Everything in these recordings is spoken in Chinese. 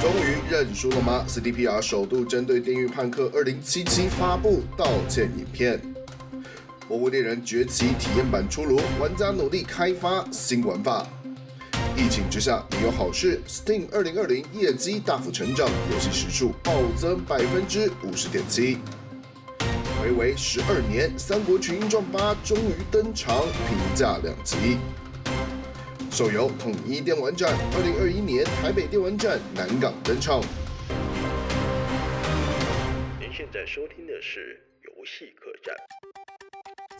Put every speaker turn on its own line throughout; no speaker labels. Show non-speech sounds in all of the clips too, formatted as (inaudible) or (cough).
终于认输了吗？CDPR 首度针对《电狱判客2077》发布道歉影片，《魔物猎人崛起》体验版出炉，玩家努力开发新玩法。疫情之下也有好事，Steam 2020业绩大幅成长，游戏时数暴增百分之五十点七。回违十二年，《三国群英传八》终于登场，评价两极。手游统一电玩展，二零二一年台北电玩展南港登场。
您现在收听的是《游戏客栈》。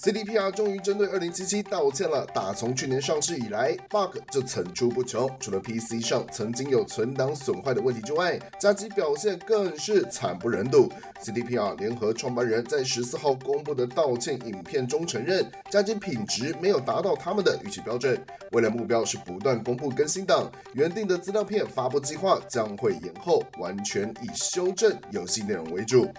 CDPR 终于针对2077道歉了。打从去年上市以来，bug 就层出不穷。除了 PC 上曾经有存档损坏的问题之外，加机表现更是惨不忍睹。CDPR 联合创办人在十四号公布的道歉影片中承认，加机品质没有达到他们的预期标准。未来目标是不断公布更新档，原定的资料片发布计划将会延后，完全以修正游戏内容为主。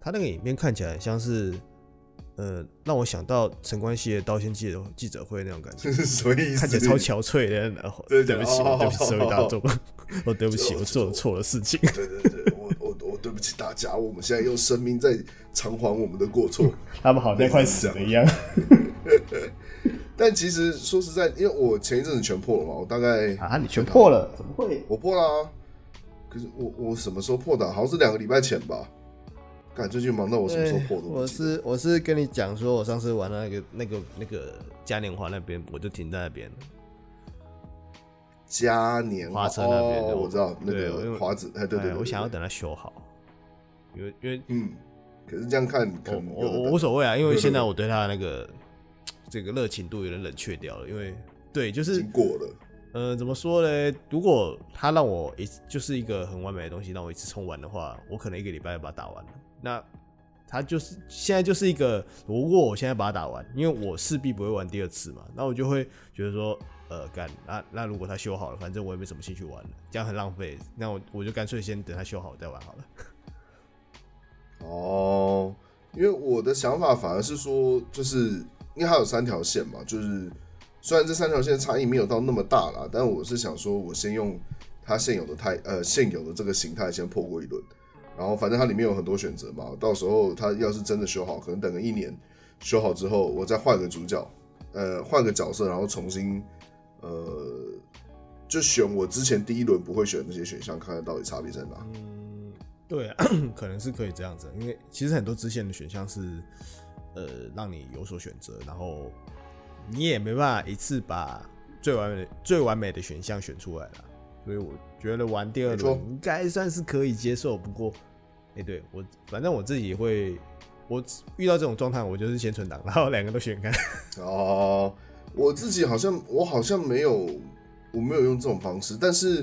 他那个影片看起来像是，呃，让我想到陈冠希的道歉记者记者会那种感
(laughs)
觉，
什么意思？
看起
(laughs)
来超憔悴的。然后
真
对
的
不起，
哦
对不
(laughs)
起，社会大众，我对不起，我做了错的事情。
对对对，我我我对不起大家，我们现在用生命在偿还我们的过
(laughs)
错。
他们好像快死了一样。
但其实说实在，因为我前一阵子全破了嘛，我大概
啊，你全破了，怎么会？
我破啦、可是我我什么时候破的啊？好像是两个礼拜前吧。干，最近忙到我什么时候破的？
我
记得
是我是跟你讲说，我上次玩那个那个那个嘉年华那边，我就停在那边了。
嘉年
华车那边
哦
的
我知道那
对我
个
用
华子，哎，对对对
哎
对，
我想要
对
等它修好，因为因为
嗯，可是这样看，可
我
能有
我
的
我
等
无所谓啊，因为现在我对他的那个这个热情度有点冷却掉了，因为对，就
已
是
经过了，
呃，怎么说呢？如果他让我一次就是一个很完美的东西让我一次冲完的话，我可能一个礼拜就把它打完了。那他就是现在就是一个，如果我现在把它打完，因为我势必不会玩第二次嘛，那我就会觉得说，呃，干那那如果他修好了，反正我也没什么兴趣玩了，这样很浪费。那我我就干脆先等他修好再玩好了。
哦，因为我的想法反而是说，就是因为它有三条线嘛，就是虽然这三条线差异没有到那么大啦，但我是想说，我先用它现有的态呃现有的这个形态先破过一轮，然后反正它里面有很多选择嘛，到时候它要是真的修好，可能等个一年修好之后，我再换个主角，呃，换个角色，然后重新呃。就选我之前第一轮不会选的那些选项，看看到底差别在哪。
嗯，对、啊， (clears throat) 可能是可以这样子，啊因为其实很多支线的选项是，呃，让你有所选择，然后你也没办法一次把最完美的最完美的选项选出来了，所以我觉得玩第二
没错
轮应该算是可以接受。不过，哎、对我反正我自己会，我遇到这种状态，我就是先存档，然后两个都选
(laughs)
开。
哦，我自己好像我好像没有，我没有用这种方式，但是、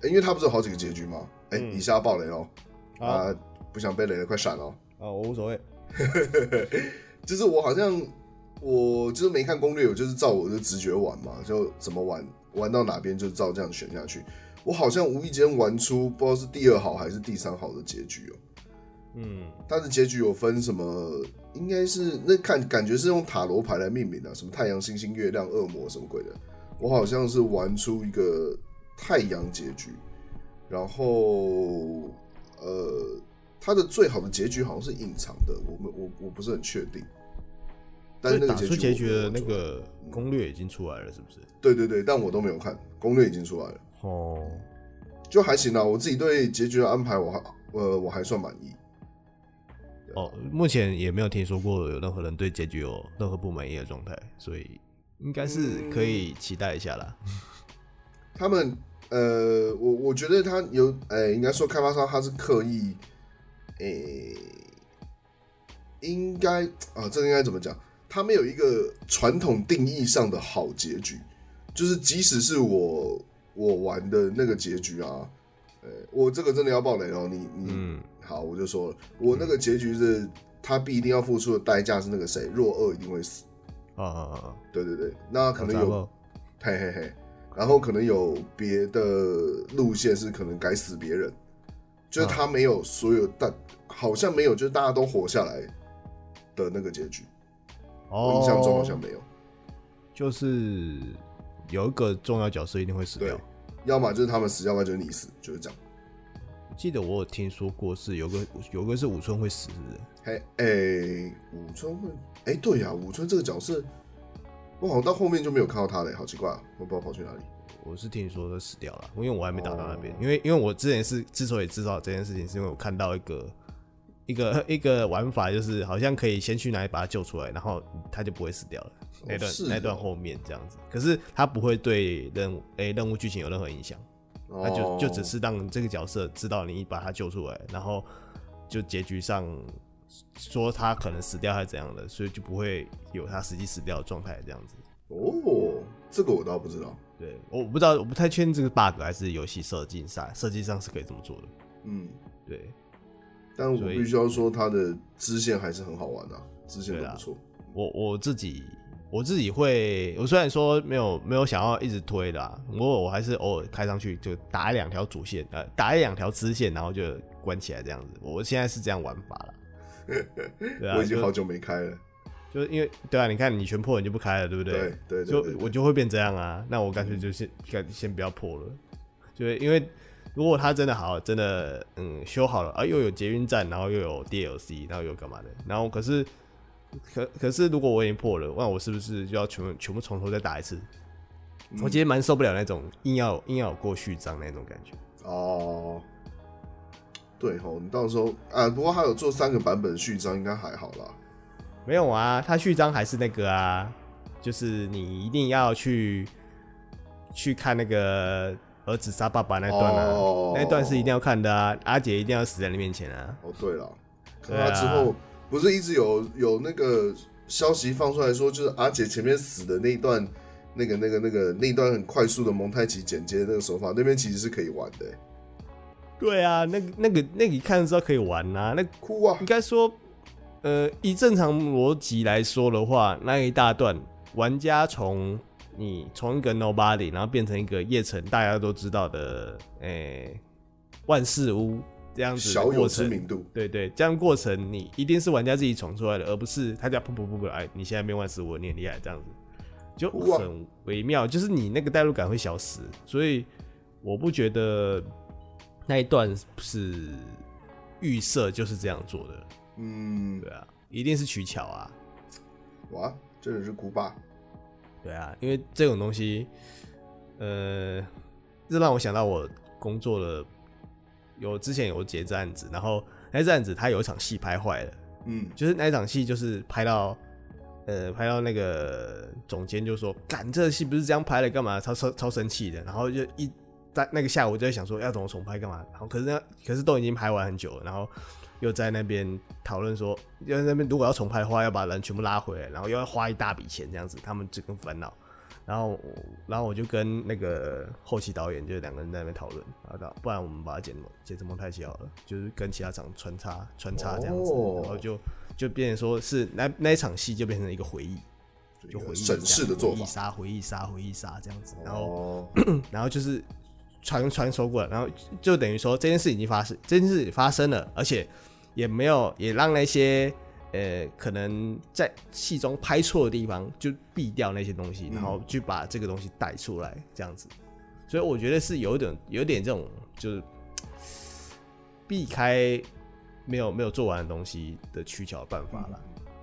欸因为它不是有好几个结局吗？哎、
嗯
以下爆雷哦，
好
啊、不想被雷的快闪哦。
哦，我无所谓。
就是我好像我就是没看攻略，我就是照我的直觉玩嘛，就怎么玩玩到哪边就照这样选下去。我好像无意间玩出不知道是第二好还是第三好的结局哦、
嗯，
它的结局有分什么？应该是那看感觉是用塔罗牌来命名的、什么太阳、星星、月亮、恶魔什么鬼的。我好像是玩出一个太阳结局，然后呃，它的最好的结局好像是隐藏的，我们我我不是很确定。但是那
所以
个
打出
结
结
局
局
我没有玩出
的那
来
个攻略已经出来了，是不是？
对对对，但我都没有看攻略已经出来了，
哦，
就还行啊。我自己对结局的安排我还呃我还算满意。
哦，目前也没有听说过有任何人对结局有任何不满意的状态，所以应该是可以期待一下啦。
他们呃，我我觉得他有，呃、应该说开发商他是刻意，诶、应该啊，这个应该怎么讲？他们有一个传统定义上的好结局，就是即使是我我玩的那个结局啊，呃、我这个真的要爆雷哦，你你、
嗯
好，我就说了，我那个结局是他必定要付出的代价是那个谁，若二一定会死，
啊啊啊啊！
对对对，那可能
好杂
有
报
嘿嘿嘿，然后可能有别的路线是可能改死别人，
嗯
就是他没有所有但好像没有，就是大家都活下来的那个结局，我
哦，
印象中好像没有。
就是有一个重要角色一定会死掉
对。要么就是他们死，要么就是你死，就是这样。
我记得我有听说过是有个有个是武村会死，是不是？
嘿，哎，武村会，哎，对呀、武村这个角色，我好像到后面就没有看到他嘞，好奇怪、啊，我不知道跑去哪里。
我是听说他死掉了，因为我还没打到那边
哦，
因为因为我之前是之所以知道这件事情，是因为我看到一个一个一个玩法，就是好像可以先去哪里把他救出来，然后他就不会死掉了。那段、
是哦
那段后面这样子，可是他不会对任务诶、任务剧情有任何影响，他啊
哦
就就只是让这个角色知道你把他救出来，然后就结局上说他可能死掉还是怎样的，所以就不会有他实际死掉的状态这样子。
哦，这个我倒不知道。
对，我不知道，我不太确定这个 bug 还是游戏设计上设计上是可以这么做的。
嗯，
对，
但我
所以
必须要说，他的支线还是很好玩的、啊，支线都
对啦
不错。
我我自己我自己会，我虽然说没有没有想要一直推啦，不过我还是偶尔开上去就打一两条主线，呃，打一两条支线，然后就关起来这样子。我现在是这样玩法了。
(laughs)
对啊，
我已经
就
好久没开了。
就因为对啊，你看你全破你就不开了，对不对？
对对对
就
对对嗯
我就会变这样啊。那我干脆就先干先不要破了，就是因为如果它真的好，真的嗯修好了啊，又有捷运站，然后又有 DLC，然后又干嘛的，然后可是可可是如果我已经破了，那我是不是就要全部全部从头再打一次？
嗯
我其实蛮受不了那种硬要硬要有过序章那种感觉。
哦，对吼，你到时候啊，不过他有做三个版本序章，应该还好啦。
没有啊，它序章还是那个啊，就是你一定要去去看那个儿子杀爸爸那段啊，
哦
那段是一定要看的啊，阿姐一定要死在你面前啊。
哦，对了，可
对
他
啊
之后、不是一直有有那个消息放出来说，就是阿姐前面死的那一段，那个那个那个那一段很快速的蒙太奇剪接的那个手法，那边其实是可以玩的、
对啊，那个那个那个一看就知道可以玩啊，那
酷啊
应！该说，呃，以正常逻辑来说的话，那一大段玩家从你从一个 nobody，然后变成一个叶城大家都知道的，诶、万事屋这样子的
小有
过
知
程。
名度，
对对，这样过程你一定是玩家自己闯出来的，而不是他家噗噗噗噗，哎，你现在变万事我你很厉害这样子，就
哇
很微妙，就是你那个代入感会消失，所以我不觉得那一段是预设就是这样做的，
嗯，
对啊，一定是取巧啊，
哇，真的是酷霸，
对啊，因为这种东西，呃，这让我想到我工作的有之前有结这案子，然后那这案子他有一场戏拍坏了。
嗯，
就是那一场戏，就是拍到，呃，拍到那个总监就说：“干，这戏不是这样拍的，干嘛？”超超超生气的。然后就一在那个下午就在想说要怎么重拍干嘛。然后可是那可是都已经拍完很久了，然后又在那边讨论说，要在那边如果要重拍的话，要把人全部拉回来，然后又要花一大笔钱这样子，他们就更烦恼。然后我，然后我就跟那个后期导演就两个人在那边讨论，啊，不然我们把它剪剪成蒙太奇好了，就是跟其他场穿插穿插这样子，
哦
然后就就变成说是那那一场戏就变成一个回忆，就回忆
审视的做
回
法
忆。杀回忆杀回忆杀这样子，然后
哦，
然后就是传传说过了，然后就等于说这件事已经发生，这件事发生了，而且也没有也让那些呃可能在戏中拍错的地方就避掉那些东西，
嗯
然后去把这个东西带出来这样子，所以我觉得是有一点有点这种就是避开没有没有做完的东西的取巧的办法啦，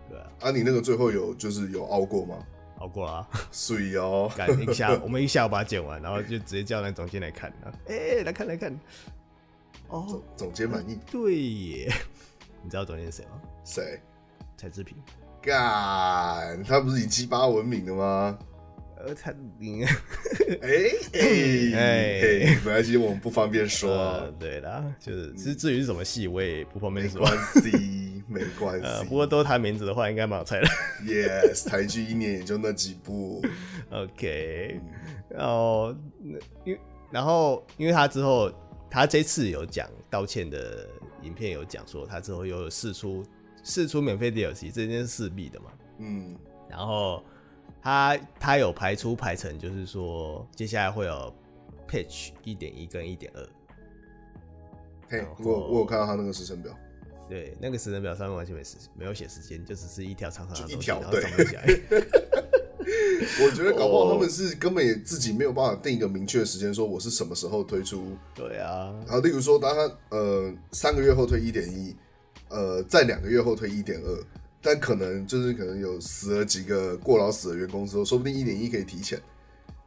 对啊，
啊，你那个最后有就是有熬过吗？
熬过了、啊。
水哦，
赶一下，我们一下午把它剪完，然后就直接叫那总监来看了。哎、来看来看，哦
总，总监满意，
对耶， (laughs) 你知道总监是谁吗？
谁？
蔡志平。
干，他不是以鸡巴闻名的吗？
呃，蔡你
哎哎
哎
哎，没关系，我们不方便说
呃 (laughs)
啊，，
对啦，就是至至于是什么哎戏，我也不方便
没
说。
关系，没关
(laughs) 呃，
系。
不过都谈名字的话，应该蛮好猜的。 (laughs)
Yes，台剧一年也就那几部，
OK，然后那因为然后因为他之后他这次有讲道歉的影片有讲说他之后又有试出试出免费 DLC，这件事势必的嘛。
嗯，
然后他他有排出排程，就是说接下来会有 pitch 一点一跟一点二，
嘿
然，后
我我有看到他那个时辰表，
对，那个时间表上面完全没时没有写时间，就只是一条长长的
就一
东西，
条
然后
对
长不起来。
我觉得搞不好他们是根本也自己没有办法定一个明确的时间，说我是什么时候推出。
对啊，
然后例如说，当他呃三个月后推一点一，呃在两个月后推一点二，但可能就是可能有死了几个过劳死的员工之后，说不定一点一可以提前，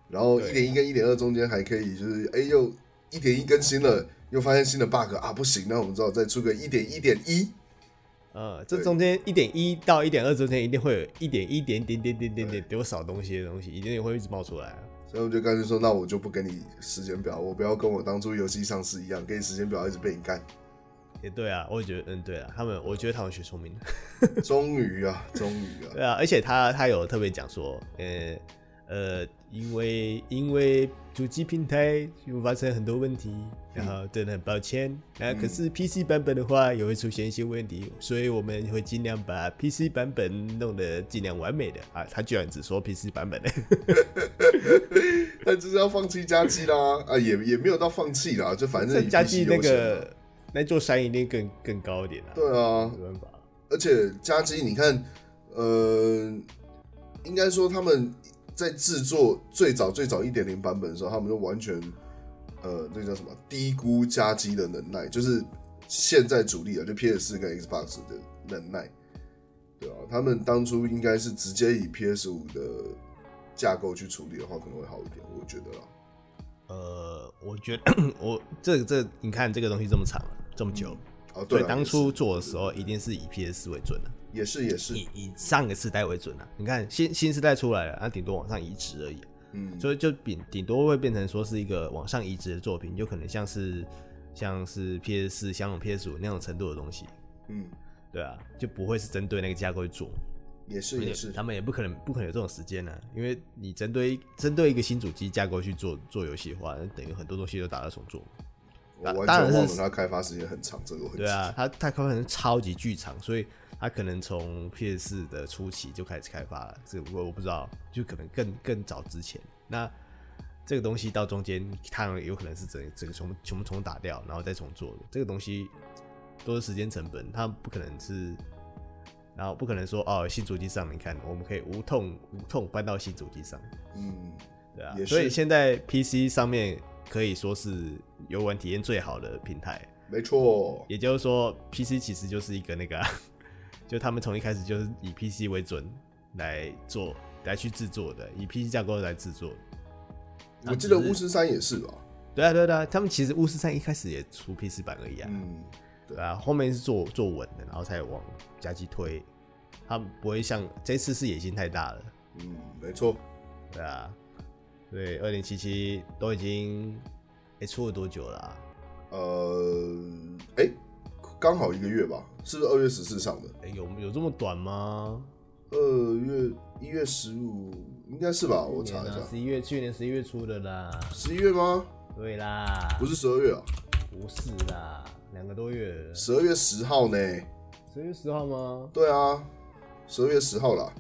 然后一
对
点一跟一点二中间还可以就是哎又一点一更新了，又发现新的 bug 啊不行，那我们只好再出个一点一点一。
呃，这
对
中间一点一到一点二中间一定会有一点一点点点点点点多少东西的东西，一定会一直冒出来啊。
所以我就干脆说，那我就不给你时间表，我不要跟我当初游戏上市一样，给你时间表一直被你干。
也对啊，我也觉得，嗯，对啊，他们，我觉得他们学聪明了。
终于啊，终于啊，
对啊，而且他他有特别讲说，呃呃，因为因为主机平台有发生很多问题，然
嗯
后真的很抱歉。那、可是 PC 版本的话也会出现一些问题，所以我们会尽量把 PC 版本弄得尽量完美的啊。他居然只说 PC 版本的，
(laughs) 那就是要放弃加机啦，啊，也也没有到放弃啦，就反正
这
以
加
PC
计那
优先嘛
个那座山一定更更高一点啊。
对啊
没，办法。
而且加机你看，呃，应该说他们在制作最早最早一点零版本的时候，他们就完全呃，那叫什么低估加机的能耐，就是现在主力啊，就 PS 四跟 Xbox 的能耐，对啊，他们当初应该是直接以 PS 五的架构去处理的话，可能会好一点，我觉得啦。
呃，我觉得 (coughs) 我这这你看这个东西这么长、这么久，
哦，
所
对
以
啊，
当
也是
初做的时候一定是以 PS 为准的、
也是也是，
以以上个世代为准啊。你看新新世代出来了，那、顶多往上移植而已，啊
嗯，
所以就顶顶多会变成说是一个往上移植的作品，有可能像是像是 PS 四、像那种 PS 五那种程度的东西，
嗯，
对啊，就不会是针对那个架构去做。
也是也是
他，们也不可能不可能有这种时间呢、因为你针对针对一个新主机架构去做做游戏的话，那等于很多东西都打到重做。
我完
当然
全
是
忘了它开发时间很长这个问题。
对啊，它它开发能超级剧场，所以它可能从 PS 四的初期就开始开发了，这个我我不知道，就可能更更早之前。那这个东西到中间，它有可能是整整个重全部重打掉，然后再重做的。这个东西都是时间成本，它不可能是，然后不可能说哦，新主机上你看，我们可以无痛无痛搬到新主机上，
嗯，
对啊
也。是
所以现在 PC 上面可以说是游玩体验最好的平台。
没错，
也就是说，PC 其实就是一个那个啊、 (laughs) 就他们从一开始就是以 PC 为准来做，来去制作的，以 PC 架构来制作。
我记得巫师三也是吧？
对啊，对啊，对啊，他们其实巫师三一开始也出 PC 版而已啊，
嗯，
对啊，后面是做做稳的，然后才往加机推，他们不会像这次是野心太大了，
嗯，没错，
对啊，对，二零七七都已经诶出了多久了啊、
呃，哎、刚好一个月吧，是不是二月十四上的？
哎诶有有这么短吗？
二月一月十五应该是吧？我查一下，
十一月，去年十一月出的啦，
十一月吗？
对啦，
不是十二月啊，
不是啦，两个多月了。
十二月十号呢？
十月十号吗？
对啊，十二月十号啦，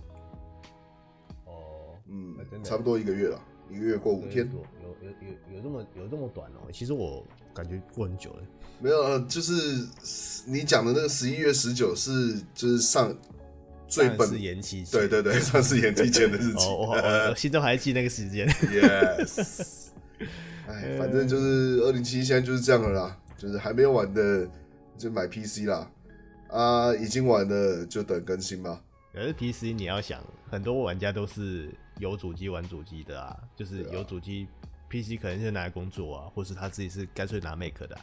哦，
嗯
啊真，的
差不多一个月了，一个月过五天
有，有有有有这么有这么短哦、其实我感觉过很久了。
没有，呃就是你讲的那个十一月十九是就是上最
当然
本
是延期期，
对对 (laughs) 对，上次演技前的日期。
(laughs) 哦，我我我心中还记那个时间。 (laughs)
yes。哎，反正就是二零七现在就是这样了啦，就是还没有玩的就买 PC 啦，啊，已经玩的就等更新吧。
可是 PC 你要想，很多玩家都是有主机玩主机的啊，就是有主机、PC 可能是拿来工作啊，或是他自己是干脆拿 Make 的啊、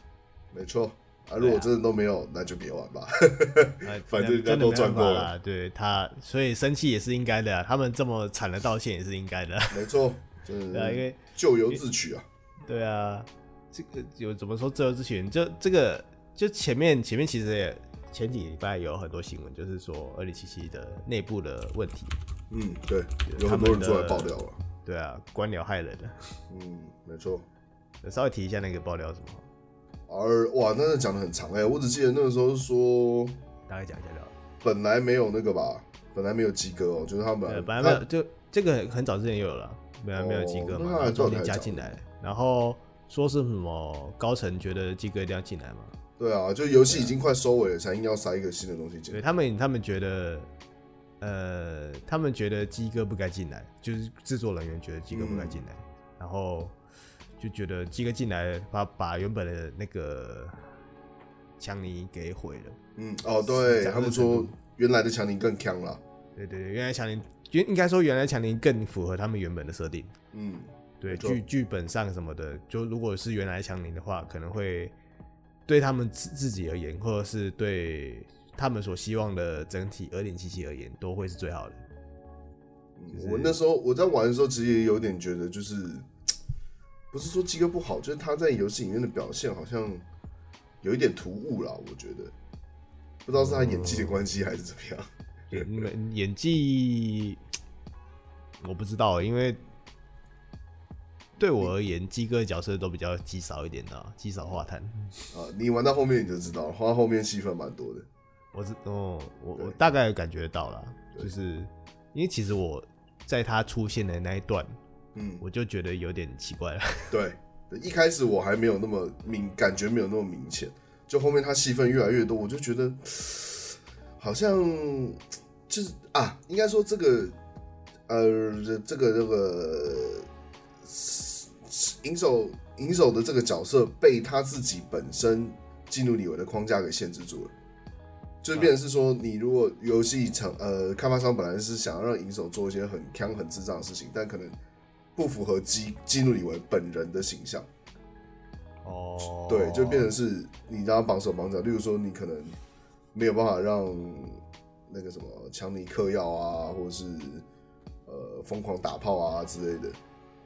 没错，啊，如果真的都没有，那就别玩吧。 (laughs)
哎
反正
那
人家
真的
都
没
赚
办法
过
啦，对他，所以生气也是应该的啊、他们这么惨的道歉也是应该的啊、
没错，就
对啊，因
是
为
咎由自取啊。
对啊，这个有怎么说自由之前，就这个就前面前面其实也前几个礼拜有很多新闻，就是说二零七七的内部的问题，
嗯，对，有
他
很
们
多人出来
的
爆料了。
对啊，官僚害人了。
嗯，没错。
稍微提一下那个爆料是什么，
而哇，那个讲的很长哎、我只记得那个时候是说
大概讲一下就好了。
本来没有那个吧，本来没有及格哦、就是他们
呃，本来没有，就这个很早之前就有了，本来没有
哦
鸡哥
那
嘛，然后
还
中
做得
间
还
加
早
进来，然后说是什么高层觉得鸡哥一定要进来嘛，
对啊，就游戏已经快收尾了，才硬要塞一个新的东西进
啊对
来。
他们他们觉得，呃，他们觉得鸡哥不该进来，就是制作人员觉得鸡哥不该进来，
嗯
然后就觉得鸡哥进来把把原本的那个强尼给毁了。
嗯，哦，对
讲
他们
认真
说
度
原来的强尼更强了，
对对对，原来强尼原应该说原来强尼更符合他们原本的设定。
嗯，
对
没错
剧剧本上什么的，就如果是原来强林的话，可能会对他们自自己而言，或者是对他们所希望的整体二点七七而言，都会是最好的。就是
嗯我那时候我在玩的时候，其实也有点觉得，就是不是说鸡哥不好，就是他在游戏里面的表现好像有一点突兀啦，我觉得不知道是他演技的关系还是怎么样。
演嗯演技我不知道，因为对我而言，鸡哥的角色都比较极少一点的、啊，极少化谈。
啊，你玩到后面你就知道，了，花后面戏份蛮多的。
我知哦，我
对
我大概有感觉到啦，
对
就是因为其实我在他出现的那一段，
嗯，
我就觉得有点奇怪了。
对，一开始我还没有那么明，感觉没有那么明显，就后面他戏份越来越多，我就觉得好像就是啊，应该说这个呃，这个这个银手银手的这个角色被他自己本身进入里维的框架给限制住了。就是变成是说，你如果游戏厂呃开发商本来是想要让银手做一些很强很智障的事情，但可能不符合基基努里维本人的形象，(laughs)
哦，
对，就变成是你让他绑手绑脚。例如说，你可能没有办法让那个什么强尼嗑药啊，或者是呃疯狂打炮啊之类的。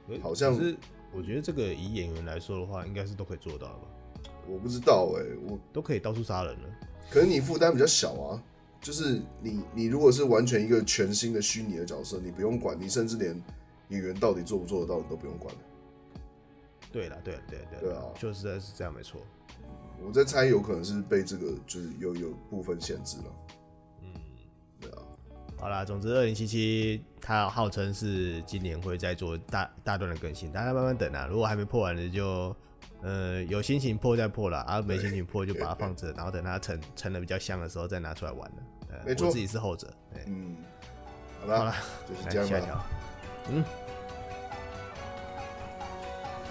可
好像
可是我觉得这个以演员来说的话，应该是都可以做到的吧，
我不知道哎、我
都可以到处杀人了。
可能你负担比较小啊，就是你你如果是完全一个全新的虚拟的角色，你不用管，你甚至连演员到底做不做得到你都不用管。
对啦，对啦对啦对
对
啦
啊
就是在是这样没错。
我在猜，有可能是被这个就是有有部分限制了。
嗯啊好啦，总之二零七七它号称是今年会再做大大段的更新，大家慢慢等啊。如果还没破完的就，呃，有心情破再破啦，啊，没心情破就把它放着，然后等它成成的比较像的时候再拿出来玩了。呃，
没错
我自己是后者。哎、
嗯，好啦
好啦，
就是
来
这
下一
样吧。
条，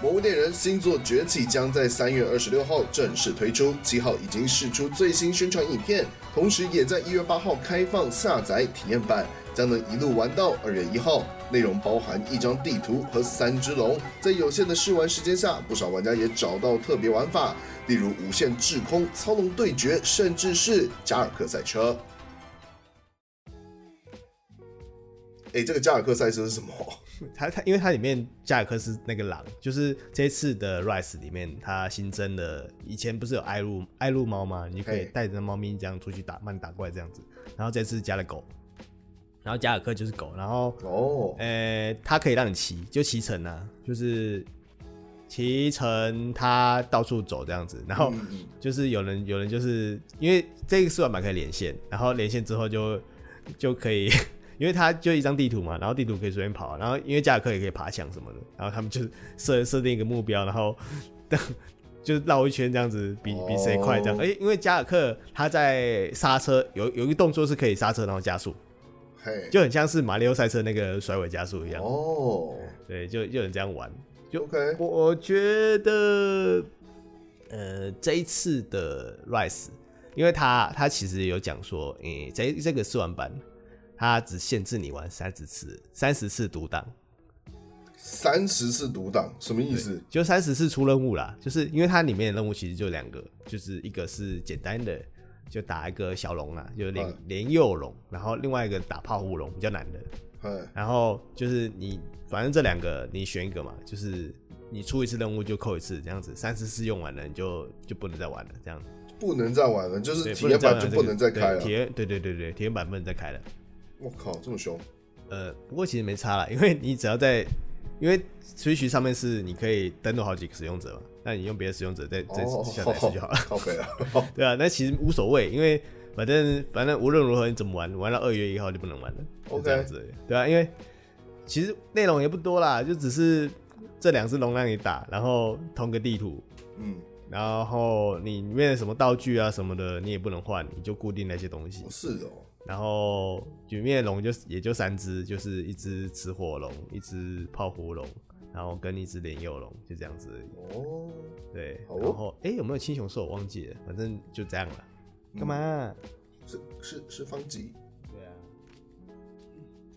《魔物猎人》星座崛起将在三月二十六号正式推出，七号已经试出最新宣传影片，同时也在一月八号开放下载体验版，将能一路玩到二月一号。内容包含一张地图和三只龙，在有限的试玩时间下，不少玩家也找到特别玩法，例如无限制空、操龙对决，甚至是加尔克赛车。哎，这个加尔克赛车是什么？
它它因为它里面加尔克是那个狼，就是这次的 Rise 里面它新增了，以前不是有爱路爱路猫吗？你就可以
嘿
带着猫咪这样出去打慢打怪这样子，然后这次加了狗，然后加尔克就是狗，然后
哦，
呃它可以让你骑，就骑乘啊，就是骑乘它到处走这样子，然后
嗯嗯
就是有人有人就是因为这个试玩版可以连线，然后连线之后就就可以， (laughs) 因为它就一张地图嘛，然后地图可以随便跑，啊然后因为加尔克也可以爬墙什么的，然后他们就设设定一个目标，然后 (laughs) 就绕一圈这样子，比比谁快这样。
哦
而且因为加尔克他在刹车有有一个动作是可以刹车然后加速，
嘿，
就很像是马里奥赛车那个甩尾加速一样，
哦。
对，就就能这样玩。就
OK，
欸我我觉得，呃，这一次的 Rise，因为他他其实有讲说，诶、这这个试玩版，它只限制你玩三十次，三十次独挡，
三十次独挡什么意思？
就三十次出任务啦。就是因为它里面的任务其实就两个，就是一个是简单的，就打一个小龙啊，就连
嗯
连幼龙，然后另外一个打泡芙龙比较难的，
哎，
然后就是你，反正这两个你选一个嘛，就是你出一次任务就扣一次，这样子三十次用完了你就就不能再玩了，这样子。
不能再玩了，就
对
是体验版就不能再开
对体
了。
验对对对对，体验版不能再开了。
我靠，这么凶！
呃，不过其实没差啦，因为你只要在，因为 Switch 上面是你可以登录好几个使用者嘛，那你用别的使用者再再
哦，
下载一次就好了。
(laughs) 靠北啊！
对啊，那其实无所谓，因为反正反正无论如何你怎么玩，玩到二月一号就不能玩了就
OK
这样子而已，对啊，因为其实内容也不多啦，就只是这两只龙让你打，然后同个地图，
嗯，
然后你里面的什么道具啊什么的你也不能换，你就固定那些东西
不，是哦，
然后里面的龙就也就三只，就是一只雌火龙，一只泡芙龙，然后跟一只莲幼龙，就这样子而已。
哦，
对，
好哦
然后哎、诶有没有青雄兽我忘记了，反正就这样了。
嗯
干嘛、
是是是方吉，
对啊。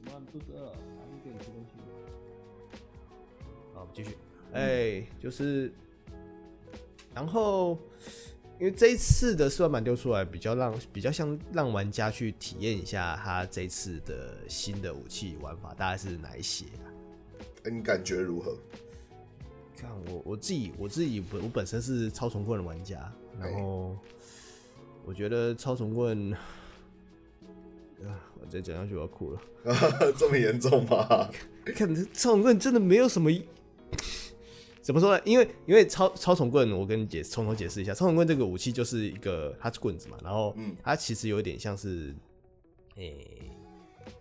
怎么肚子饿？还一点吃东西。好，我们继续。哎、就是，然后因为这一次的试玩版丢出来，比较让比较像让玩家去体验一下他这次的新的武器玩法大概是哪一些啊？
哎、你感觉如何？ (laughs)
看我我自己我自己本我本身是超重棍的玩家，然后我觉得超重棍，啊，我再讲下去我要哭了。
这么严重
(laughs)
吗？
看这超重棍真的没有什么， (laughs) 怎么说呢？因为因为超超重棍，我跟你解从头解释一下，超重棍这个武器就是一个它是棍子嘛，然后
嗯
它其实有点像是，诶、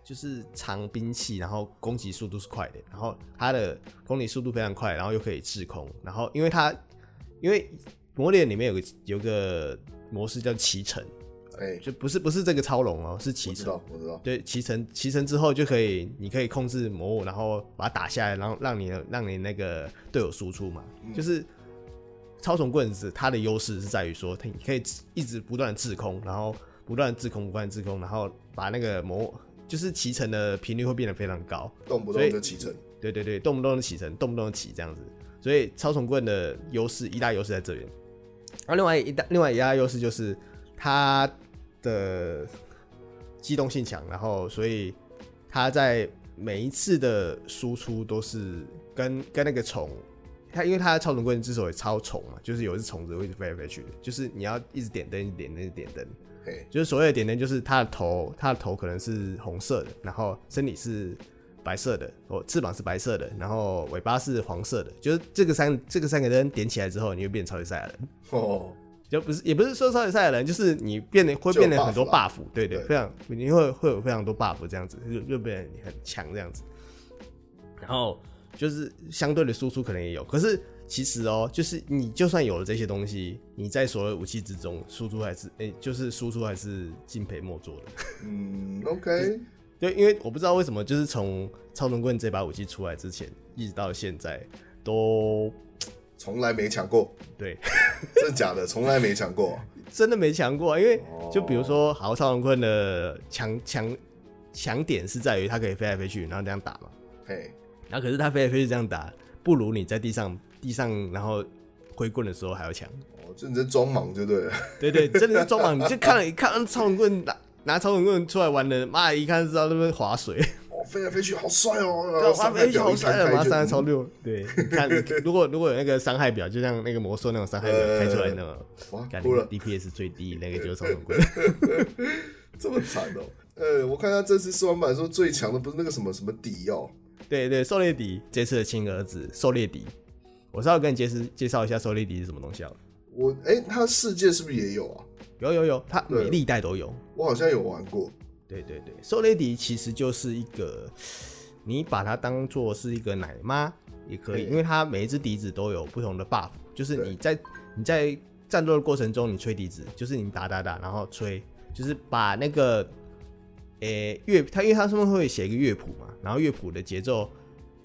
就是长兵器，然后攻击速度是快的，然后它的攻击速度非常快，然后又可以制空，然后因为它因为魔猎里面有个有个模式叫骑乘，
哎、
就不是不是这个超龙哦，是
我
骑
知
乘。
道，我知道，
对，骑乘骑乘之后就可以，你可以控制魔物，然后把它打下来，然后让你的让你那个队友输出嘛。就是超重棍子，它的优势是在于说，它你可以一直不断的制空，然后不断的制空，不断的制空，然后把那个魔物就是骑乘的频率会变得非常高。
动不
所
动
以
就骑乘，
对对对，动不动就起身，动不动就起这样子。所以超重棍的优势一大优势在这边。然后另外一大另外一大优势就是它的机动性强，然后所以它在每一次的输出都是跟跟那个虫，它因为它的超重棍之所以超虫嘛，就是有一只虫子会一直飞来飞去的，就是你要一直点灯，一直点灯，一直点灯。
哎、
就是所谓的点灯，就是它的头，它的头可能是红色的，然后身体是白色的，哦，翅膀是白色的，然后尾巴是黄色的，就是这个三这个三个灯点起来之后，你会变成超级赛亚人，
哦，
就不是也不是说超级赛亚人，就是你变得会变得很多
就有 buff
buff，对对，
对
非常你会会有非常多 buff 这样子，就就变得你很强这样子，然后就是相对的输出可能也有，可是。其实哦，就是你就算有了这些东西，你在所有武器之中输出还是诶、就是输出还是敬陪莫做的。 (laughs)
嗯，OK，
对，因为我不知道为什么，就是从超能棍这把武器出来之前，一直到现在都
从来没抢过， (laughs)
对，
真的假的？从来没抢过，
真的没强过啊。因为
哦
就比如说，好，超能棍的强强强点是在于它可以飞来飞去，然后这样打嘛。
嘿，
然后可是它飞来飞去这样打，不如你在地上地上然后挥棍的时候还要强。
哦，这你这装莽就对了，
对对，真的是装莽，你就看了一看超能棍拿拿超能棍出来玩的，妈一看就知道那边划水。
哦，飞来飞去好帅哦，然
对，啊
后
花
伤
费
害
一
表
哎好
一
三
摊
了，
开
把它
就
伤害超六。对，你看，如果如果有那个伤害表，就像那个魔兽那种伤害表开出来那种，
哇
感
呃哭
觉
了
DPS 最低那个就是超龙棍。
这么惨哦。 (laughs) 呃，我看他这次试玩版说最强的不是那个什么什么底哦，
对对，狩猎迪这次的亲儿子狩猎迪，我稍微跟你介绍介绍一下狩猎迪是什么东西好了。
我哎、他世界是不是也有啊？
有有有，它每
对
历代都有。
我好像有玩过，
对对对，狩猎迪其实就是一个，你把它当做是一个奶妈也可以，
对
因为它每一只笛子都有不同的 buff，就是
对
你在你在战斗的过程中，你吹笛子，就是你打打打，然后吹，就是把那个，诶、乐，它因为它上面会写一个乐谱嘛，然后乐谱的节奏，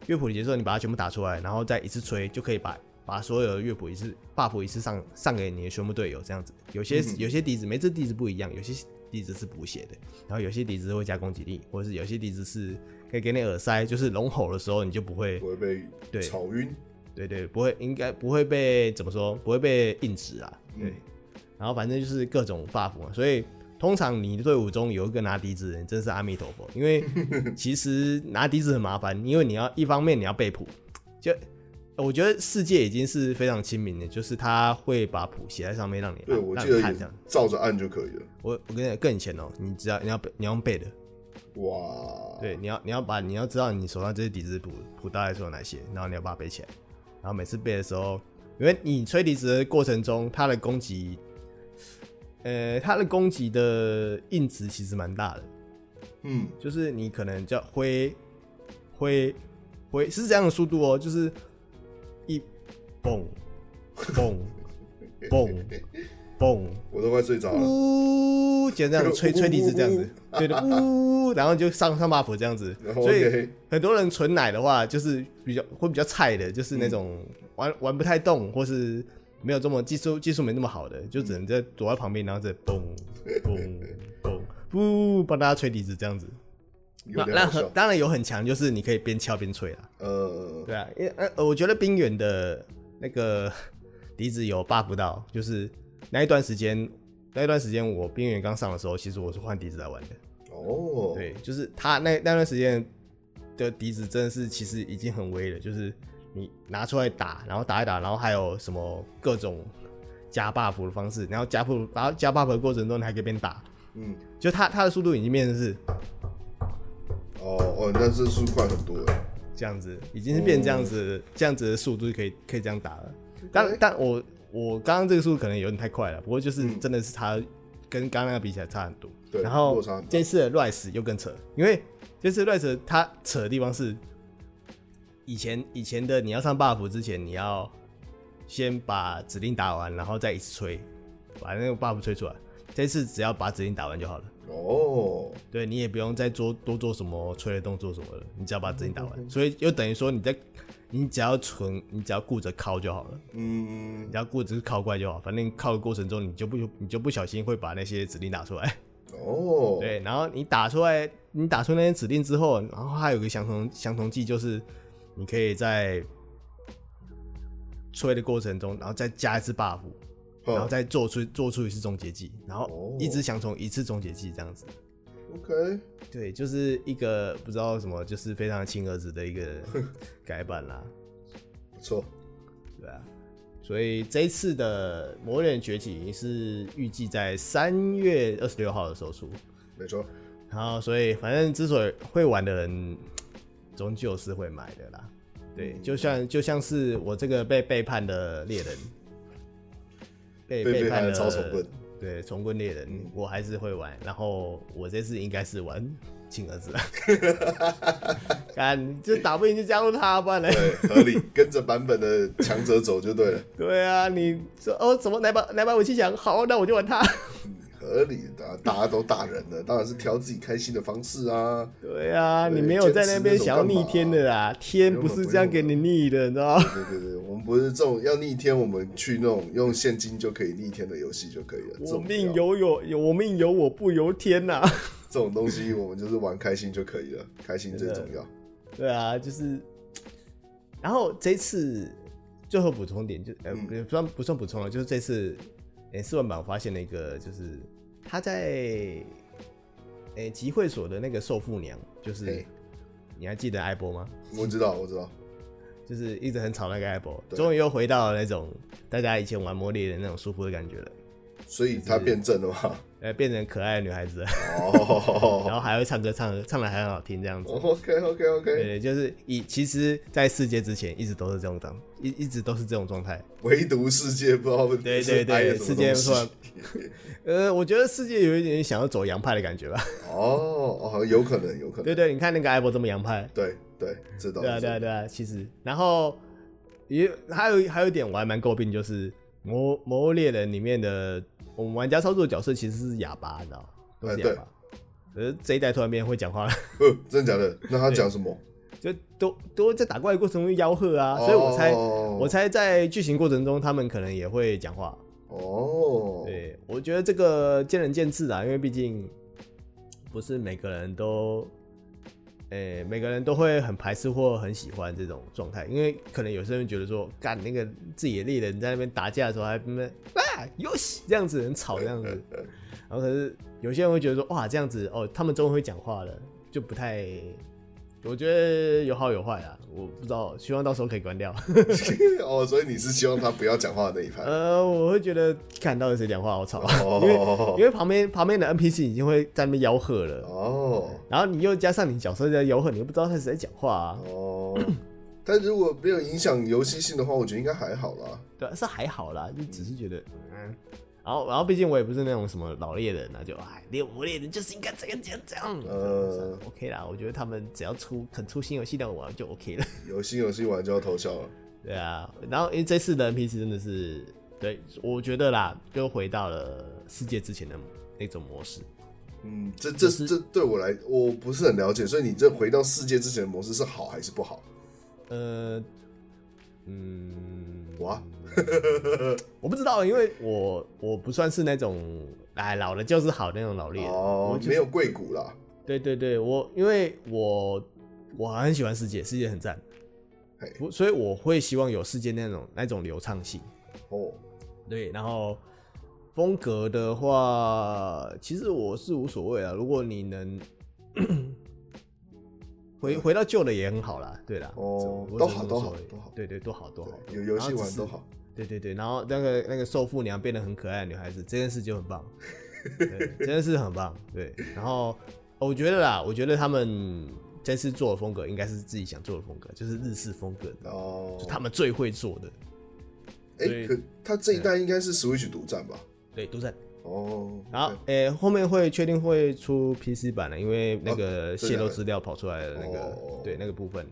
乐谱的节奏你把它全部打出来，然后再一次吹，就可以把把所有的乐谱一次 buff 一次上上给你的全部队友这样子。有些、
嗯
有些笛子每只笛子不一样，有些笛子是补血的，然后有些笛子会加攻击力，或者是有些笛子是可以给你耳塞，就是龙吼的时候你就不会
我会被
对啊
吵晕。
对对，不会，应该不会被怎么说，不会被硬直啊。
嗯
对，然后反正就是各种 buff 嘛，所以通常你队伍中有一个拿笛子的人，真是阿弥陀佛，因为其实拿笛子很麻烦，因为你要一方面你要背谱，就呃我觉得世界已经是非常亲民的，就是他会把谱写在上面让你
对，
按
我
让
记
你
得
看这
也
样。
照着按就可以了。
我我跟你更以前哦，你只要你要背你要用背的，
哇，
对，你要你要把你要知道你手上这些笛子谱谱大概是有哪些，然后你要把它背起来。然后每次背的时候，因为你吹笛子的过程中，它的攻击，呃，它的攻击的硬值其实蛮大的，
嗯，
就是你可能叫挥挥挥是这样的速度哦，就是一蹦蹦蹦嘣，
我都快睡着了。
呜，就这样吹吹笛子这样子，
呜
对的，呜，然后就上上 buff 这样子
然。后
所以
OK
很多人存奶的话，就是比较会比较菜的，就是那种
嗯
玩玩不太动，或是没有这么技术技术没那么好的，就只能在躲在旁边，然后再嘣嘣嘣，呜，帮大家吹笛子这样子。
有
那
点
那
好
很
笑。
当然有很强，就是你可以边敲边吹啦。
呃，
对啊，因为呃，我觉得冰原的那个笛子有 buff 到，就是那一段时间，那一段时间我冰原刚上的时候，其实我是换笛子来玩的。
哦，
对，就是他那那段时间的笛子真的是其实已经很威了，就是你拿出来打，然后打一打，然后还有什么各种加 buff 的方式，然后加 buff，然后加 buff 的过程中你还可以边打，
嗯，
就他他的速度已经变成是
哦哦，那这是快很多哎了。
这样子，已经是变这样
哦
子、这样子的速度就可以可以这样打了。但但我我刚刚这个速度可能有点太快了，不过就是真的是差、跟刚刚那个比起来差很多。
嗯对
然
落
后
差很大
这次的 Rice 又更扯，因为这次 Rice 它扯的地方是，以前以前的你要上 buff 之前，你要先把指令打完，然后再一次吹，把那个 buff 吹出来。这次只要把指令打完就好了。
哦，
对你也不用再做多做什么吹的动作什么的，你只要把指令打完，所以就等于说你在，你只要存，你只要顾着敲就好了，
嗯
你，只要顾着敲怪就好，反正敲的过程中你就不你就不小心会把那些指令打出来，
哦，
对，然后你打出来，你打出那些指令之后，然后还有一个相同相同技就是，你可以在吹的过程中，然后再加一次 buff，
哼，
然后再做出做出一次终结技，然后一
哦
直相同一次终结技这样子。
OK，
对，就是一个不知道什么，就是非常亲儿子的一个改版啦，
不错。
对啊。所以这一次的《魔人崛起》是预计在三月二十六号的时候出，
没错，
然后所以反正之所以会玩的人，终究是会买的啦。对，
嗯
就像就像是我这个被背叛的猎人，被
被背
叛
叛的超嗯重棍，
对，重棍猎人，我还是会玩。然后我这次应该是玩亲儿
(laughs)
子了，看就打不赢就加入他，不然嘞。
对，合理，跟着版本的强者走就对了，
对啊，你说哦，怎么哪把哪把武器强？好，那我就玩他。
合理的，大家都大人了，当然是挑自己开心的方式啊。
对啊，
对
你没有在那边想要逆天的啦，天
用
不是这样给你逆的，你知道吗？
对对对，我们不是这种要逆天，我们去那种用现金就可以逆天的游戏就可以了。这
我
种不要
命由有有我命由我不由天呐、 (laughs)
这种东西，我们就是玩开心就可以了，开心最重要。
对啊，就是，然后这次最后补充点就呃
嗯
不不算不算补充了，就是这次诶四万版我发现了一个，就是他在诶集会所的那个受妇娘，就是
嘿
你还记得艾波吗？
我知道，我知道，
就是一直很吵那个艾波，
对
终于又回到了那种大家以前玩魔力的那种舒服的感觉了，
所以他变正了嘛？
呃，变成可爱的女孩子了，然
哦
后还会唱歌，唱歌唱的还很好听这样子。
，OK OK
对
OK，
对，就是以其实，在世界之前一直都是这种状，一一直都是这种状态。
唯独世界不知道
对
是
对
挨了什
对，
么
世界
东西
突然，呃，我觉得世界有一点想要走洋派的感觉吧。
哦哦，有可能，有可能
对，对，你看那个艾博这么洋派，
对对，知道，
对啊
知
对
道
啊对啊，其实然后也还有还有一点我还蛮诟病，就是魔魔物猎人里面的我们玩家操作的角色其实是哑巴，你知道吗？都是
哎
哑
对
巴。可是这一代突然变会讲话了，
呃，真的假的？那他讲什么？
就都都在打怪的过程中吆喝啊，所以我猜、
哦
我猜在剧情过程中他们可能也会讲话。
哦，
对，我觉得这个见仁见智啦，啊因为毕竟不是每个人都，诶、每个人都会很排斥或很喜欢这种状态，因为可能有些人觉得说，干那个自己的猎人在那边打架的时候还在那边啊游戏这样子很吵这样子，然后可是有些人会觉得说，哇这样子哦，他们终于会讲话了，就不太。我觉得有好有坏啦，我不知道，希望到时候可以关掉。
哦， (laughs) 所以你是希望他不要讲话的那一派？
呃，我会觉得看到底谁讲话好吵，
哦
因为因为旁边旁边的 NPC 已经会在那边吆喝了，
哦
然后你又加上你角色在吆喝，你又不知道他是在讲话啊，
哦，但如果没有影响游戏性的话，我觉得应该还好啦。
对啊，是还好啦，就只是觉得，嗯，然后然后毕竟我也不是那种什么老猎人啊，就哎，猎我猎人就是应该这样这样这样，
呃
呃，OK 啦，我觉得他们只要出肯出新游戏让我玩就 OK 了， (laughs)
有新游戏玩就要偷笑了。
对啊，然后因为这次的 NPC 真的是对，我觉得啦，又回到了世界之前的那种模式。
嗯，这这
就是
这对我来我不是很了解，所以你这回到世界之前的模式是好还是不好？
呃，嗯，
哇，
(laughs) 我不知道，因为我我不算是那种哎老了就是好的那种老猎人，啊我
哦，
就是
没有贵骨啦，
对对对，我因为我我很喜欢世界，世界很赞
嘿，
不所以我会希望有世界那种那种流畅性。
哦，
对，然后风格的话，其实我是无所谓啊。如果你能回回到旧的也很好啦，对啦，
哦
我
都
只能
好
这么
都好
说而已
都好
对对，都好都好，
有游戏
然后
玩
只是
都。好，
对对对，然后那个那个受父娘变得很可爱的女孩子，这件事就很棒，对，
(laughs)
这件事很棒。对，然后我觉得啦，我觉得他们这次做的风格应该是自己想做的风格，就是日式风格，你知道吗
哦，
就他们最会做的。
哎、
所以
可他这一
啊
代应该是 Switch 独占吧？
对，都在。
哦，
然后，诶、后面会确定会出 PC 版的，因为那个泄露资料跑出来的那个，
哦
对那个部分，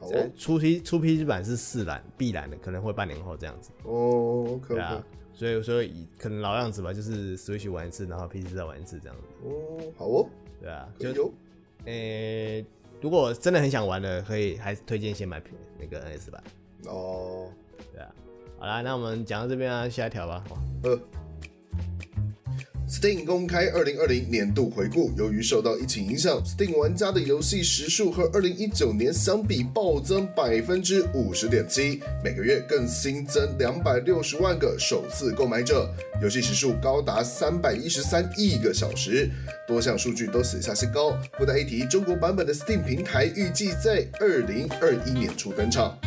好哦
呃出 P 出 PC 版是四然必然的，可能会半年后这样子，
哦，哦，OK
对
OK，、
啊，所以所以可能老样子吧，就是 Switch 玩一次，然后 PC 再玩一次这样子，
哦，好哦，
对啊，
可以
就
哦，
诶、如果真的很想玩的，可以还是推荐先买那个 NS 版，
哦，
对啊，好啦，那我们讲到这边啊，下一条吧，哇
呃。Steam 公开2020年度回顾，由于受到疫情影响，Steam 玩家的游戏时数和2019年相比暴增百分之五十点七，每个月更新增两百六十万个首次购买者，游戏时数高达三百一十三亿个小时，多项数据都写下新高。附带一提，中国版本的 Steam 平台预计在2021年初登场。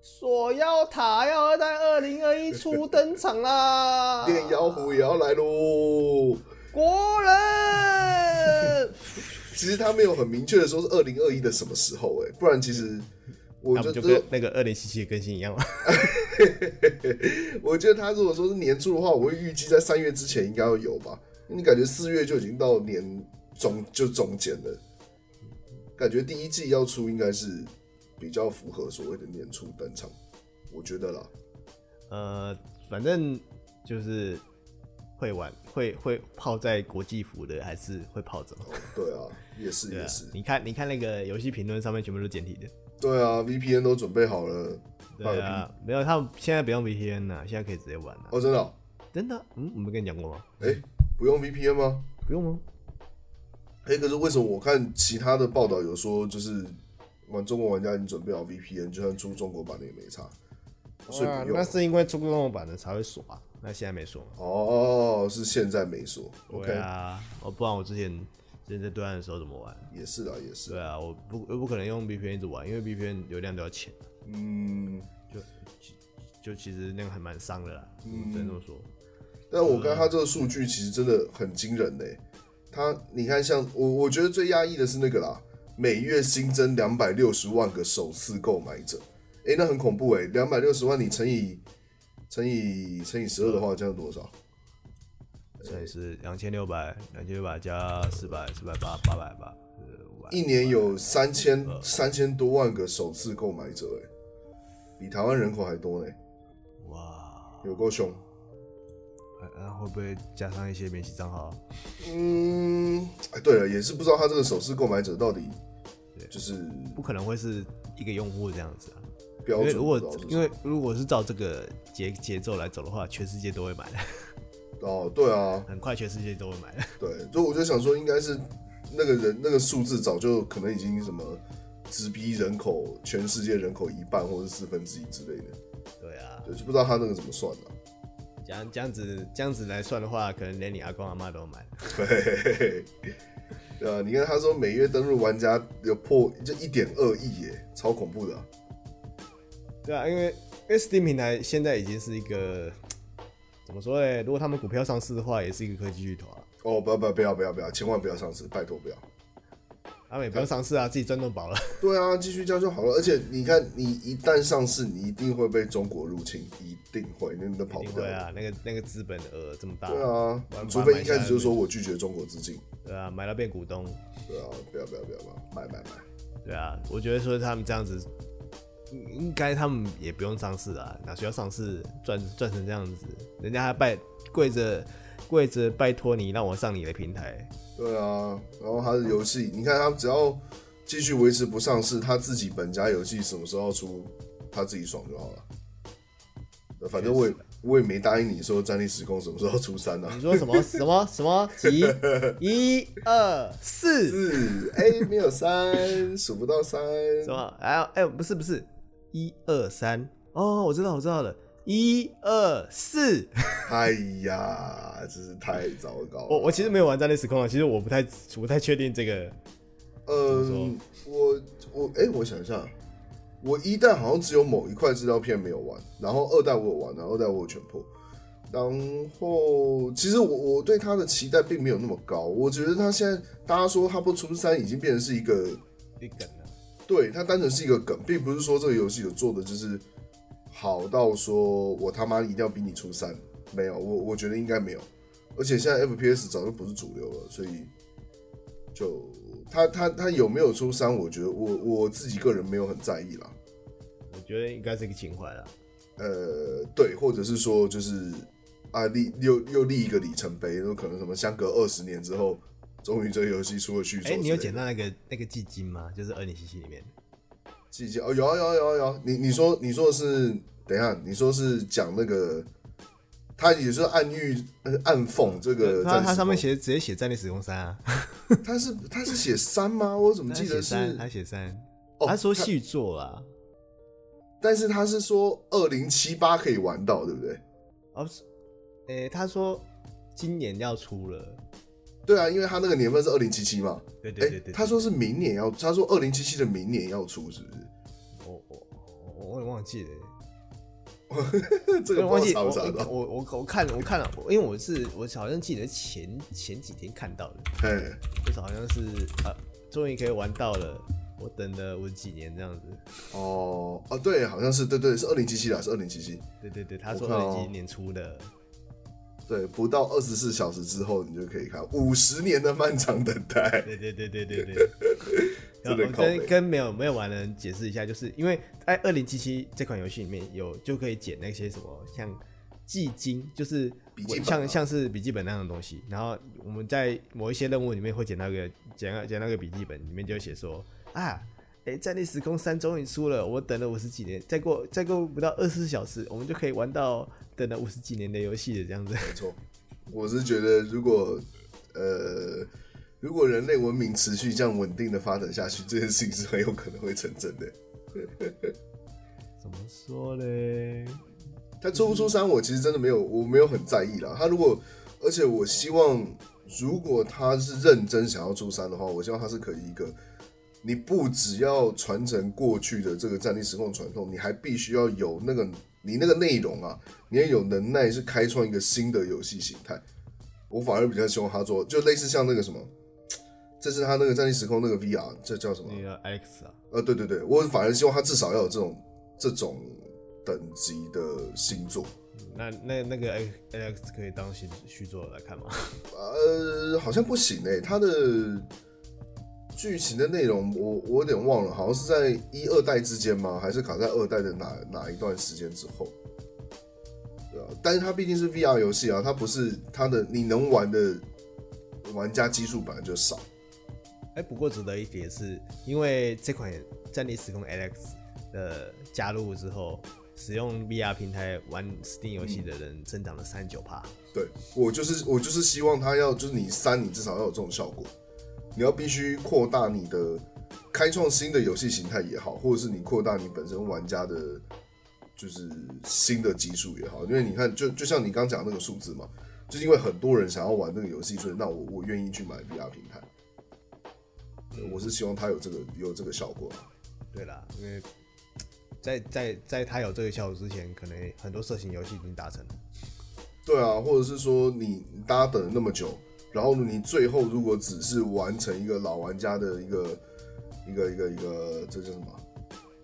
索妖塔要在二零二一初登场啦！
电妖狐也要来喽！
国人，
其实他没有很明确的说是二零二一的什么时候、哎，不然其实我
那
觉
不
得
就跟那个二零七七更新一样吗？
(laughs) 我觉得他如果说是年初的话，我会预计在三月之前应该要有吧。你感觉四月就已经到年中就中间了，感觉第一季要出应该是比较符合所谓的年初登场，我觉得啦。
呃，反正就是会玩，会会泡在国际服的，还是会泡着。
对啊，也是
对啊
也是，，
你看你看那个游戏评论上面全部都是简体的。
对啊，VPN 都准备好了，放
对
个屁！
啊，没有他们现在不用 VPN 了，啊现在可以直接玩了。
哦，真的哦、
真的？嗯，我没跟你讲过吗？
哎、不用 VPN 吗？
不用吗？
哎、可是为什么我看其他的报道有说，就是玩中国玩家已经准备好 VPN，就算出中国版的也没差，所以不用
啊那。是因为出过版的才会锁啊，那现在没锁嘛。
哦，是现在没说。OK，、
对啊，哦，不然我之前之前在对岸的时候怎么玩？
也是啦，也是。
对啊，我不我不可能用 VPN 一直玩，因为 VPN 流量都要钱，
嗯，
就其就其实那个还蛮伤的啦，
嗯
只能这么说。
但我看他这个数据其实真的很惊人呢、他，你看像，我我觉得最压抑的是那个啦，每月新增两百六十万个首次购买者，哎、那很恐怖哎、两百六十万你乘以乘以乘以十二的话，这样多少？
所以是两千六百，两千六百加四百，四百八，八百八，呃五百呃
一年有三千三千多万个首次购买者、欸，比台湾人口还多呢、
哇，
有够凶。
呃那会不会加上一些免洗账号啊？
嗯，哎，对了，也是不知道他这个首次购买者到底就是
不可能会是一个用户这样子啊，
标
因为
准
如
不知
果
道是什么，
因为如果是照这个节节奏来走的话，全世界都会买的，
哦，对啊，
很快全世界都会买的。
对，所以我就想说，应该是那个人那个数字早就可能已经什么直逼人口全世界人口一半或是四分之一之类的，
对啊，
对，就不知道他那个怎么算了、
这样这样子这样子来算的话，可能连你阿公阿妈都买。
对， (laughs) 对啊，你看他说每月登录玩家有破就一点二亿耶，超恐怖的啊、
对啊，因为因为 Steam 平台现在已经是一个怎么说呢？如果他们股票上市的话，也是一个科技巨头啊。
哦，不要不要不要不要不要，千万不要上市，拜托不要。
他们也不用上市啊，自己赚那么饱了。
对啊，继续这样就好了。而且你看，你一旦上市，你一定会被中国入侵，一定会，那你都跑
一定
不掉
会。啊，那个那个资本额这么大，
对啊
把它，
除非
买
一
下
开
来
始就说我拒绝中国资金。
对啊，买到变股东，
对啊，不要不要不要不要，买买买。
对啊，我觉得说他们这样子应该他们也不用上市啊，哪需要上市赚赚成这样子？人家还拜跪着跪着拜托你让我上你的平台，
对啊，然后他的游戏，你看他只要继续维持不上市，他自己本家游戏什么时候要出，他自己爽就好了。呃反正我也我也没答应你说《战力时空》什么时候出三啊
你。说什么什么什么几一二四
是，哎、没有三，数不到三。
什么？哎哎、不是不是一二三哦，我知道我知道了，一二四。 (laughs)
哎呀，真是太糟糕了。
我我其实没有玩战略时空啊，其实我不太我不太确定这个
嗯，我我哎、我想一下，我一代好像只有某一块资料片没有玩，然后二代我有玩，然后二代我有全破。然后其实我我对他的期待并没有那么高，我觉得他现在大家说他不出三已经变成是一个，
一梗啊了。
对他单纯是一个梗，并不是说这个游戏有做的就是好到说我他妈一定要比你出三，没有，我我觉得应该没有。而且现在 FPS 早就不是主流了，所以就他他他有没有出三，我觉得我我自己个人没有很在意啦。
我觉得应该是一个情怀啦。
呃，对，或者是说就是啊立又又立一个里程碑，有可能什么相隔二十年之后，终于这个游戏出了续作之
哎、
类的。
你有捡到那个那个基金吗？就是二零七七里面
季节哦，有啊有啊有啊有啊，你你说你说的是，等一下，你说是讲那个，他也是暗喻呃暗讽这个战
它
士
它上面
风，
写直接写战略时空三啊，
他是他是写三吗？我怎么
它
记
写
得是？
三，它写三，
哦
他说续作啊啦。
但是他是说二零七八可以玩到，对不对？
哦，是，哎、他说今年要出了。
对啊，因为他那个年份是二零七七嘛。
对对
哎
对对，，
他说是明年要，他说二零七七的明年要出，是不是？
我我我我也忘记了，
(laughs) 这
我
个不
也忘
知
记
道查不查得
我
到？
我我我看了我看了，我因为我是我好像记得前前几天看到的，
哎，
就是好像是啊，终于可以玩到了，我等了我几年这样子。
哦哦，对，好像是对对是二零七七啦，是二零七七。
对对对，他
我
说
看哦
二零一年出的，
对，不到二十四小时之后，你就可以看五十年的漫长等待。
对对对对对对。
(laughs) 真
然后
的
我
靠北
跟跟没有没有玩的人解释一下，就是因为在二零七七这款游戏里面有就可以捡那些什么像记经，就是
笔记本啊
像像是笔记本那样的东西。然后我们在某一些任务里面会捡到一个捡到捡到一个笔记本，里面就会写说啊。哎，《战地时空三》终于出了，我等了五十几年，再过再过不到二十四小时，我们就可以玩到等了五十几年的游戏了，这样子。
没错，我是觉得如果呃，如果人类文明持续这样稳定的发展下去，这件事情是很有可能会成真的。
怎么说嘞？
他出不出山，我其实真的没有，我没有很在意啦。他如果，而且我希望，如果他是认真想要出山的话，我希望他是可以一个，你不只要传承过去的这个战力实况传统，你还必须要有那个你那个内容啊，你要有能耐是开创一个新的游戏形态。我反而比较希望他做，就类似像那个什么，这是他那个战力时空那个 VR，这叫什么？
那个 Alex 啊，
呃，对对对，我反而希望他至少要有这种这种等级的星座。
嗯那那那个 Alex 可以当续续作来看吗？ (laughs)
呃，好像不行诶、它的剧情的内容我我有点忘了，好像是在一二代之间吗？还是卡在二代的哪哪一段时间之后？对啊，但是它毕竟是 VR 游戏啊，它不是它的你能玩的玩家基数本来就少。
哎、不过值得一提的是，因为这款《战地时空 Alex》的加入之后，使用 VR 平台玩 Steam 游戏的人增长了三九趴。
对我就是我就是希望它要就是你三，你至少要有这种效果，你要必须扩大你的开创新的游戏形态也好，或者是你扩大你本身玩家的，就是新的基数也好，因为你看就就像你刚讲那个数字嘛，就是因为很多人想要玩那个游戏，所以那我我愿意去买 VR 平台，对我是希望它有这个有这个效果啊。
对啦，因为在在在它有这个效果之前，可能很多色情游戏已经达成了。
对啊，或者是说你大家等了那么久，然后你最后如果只是完成一个老玩家的一个一个一个一个这叫什么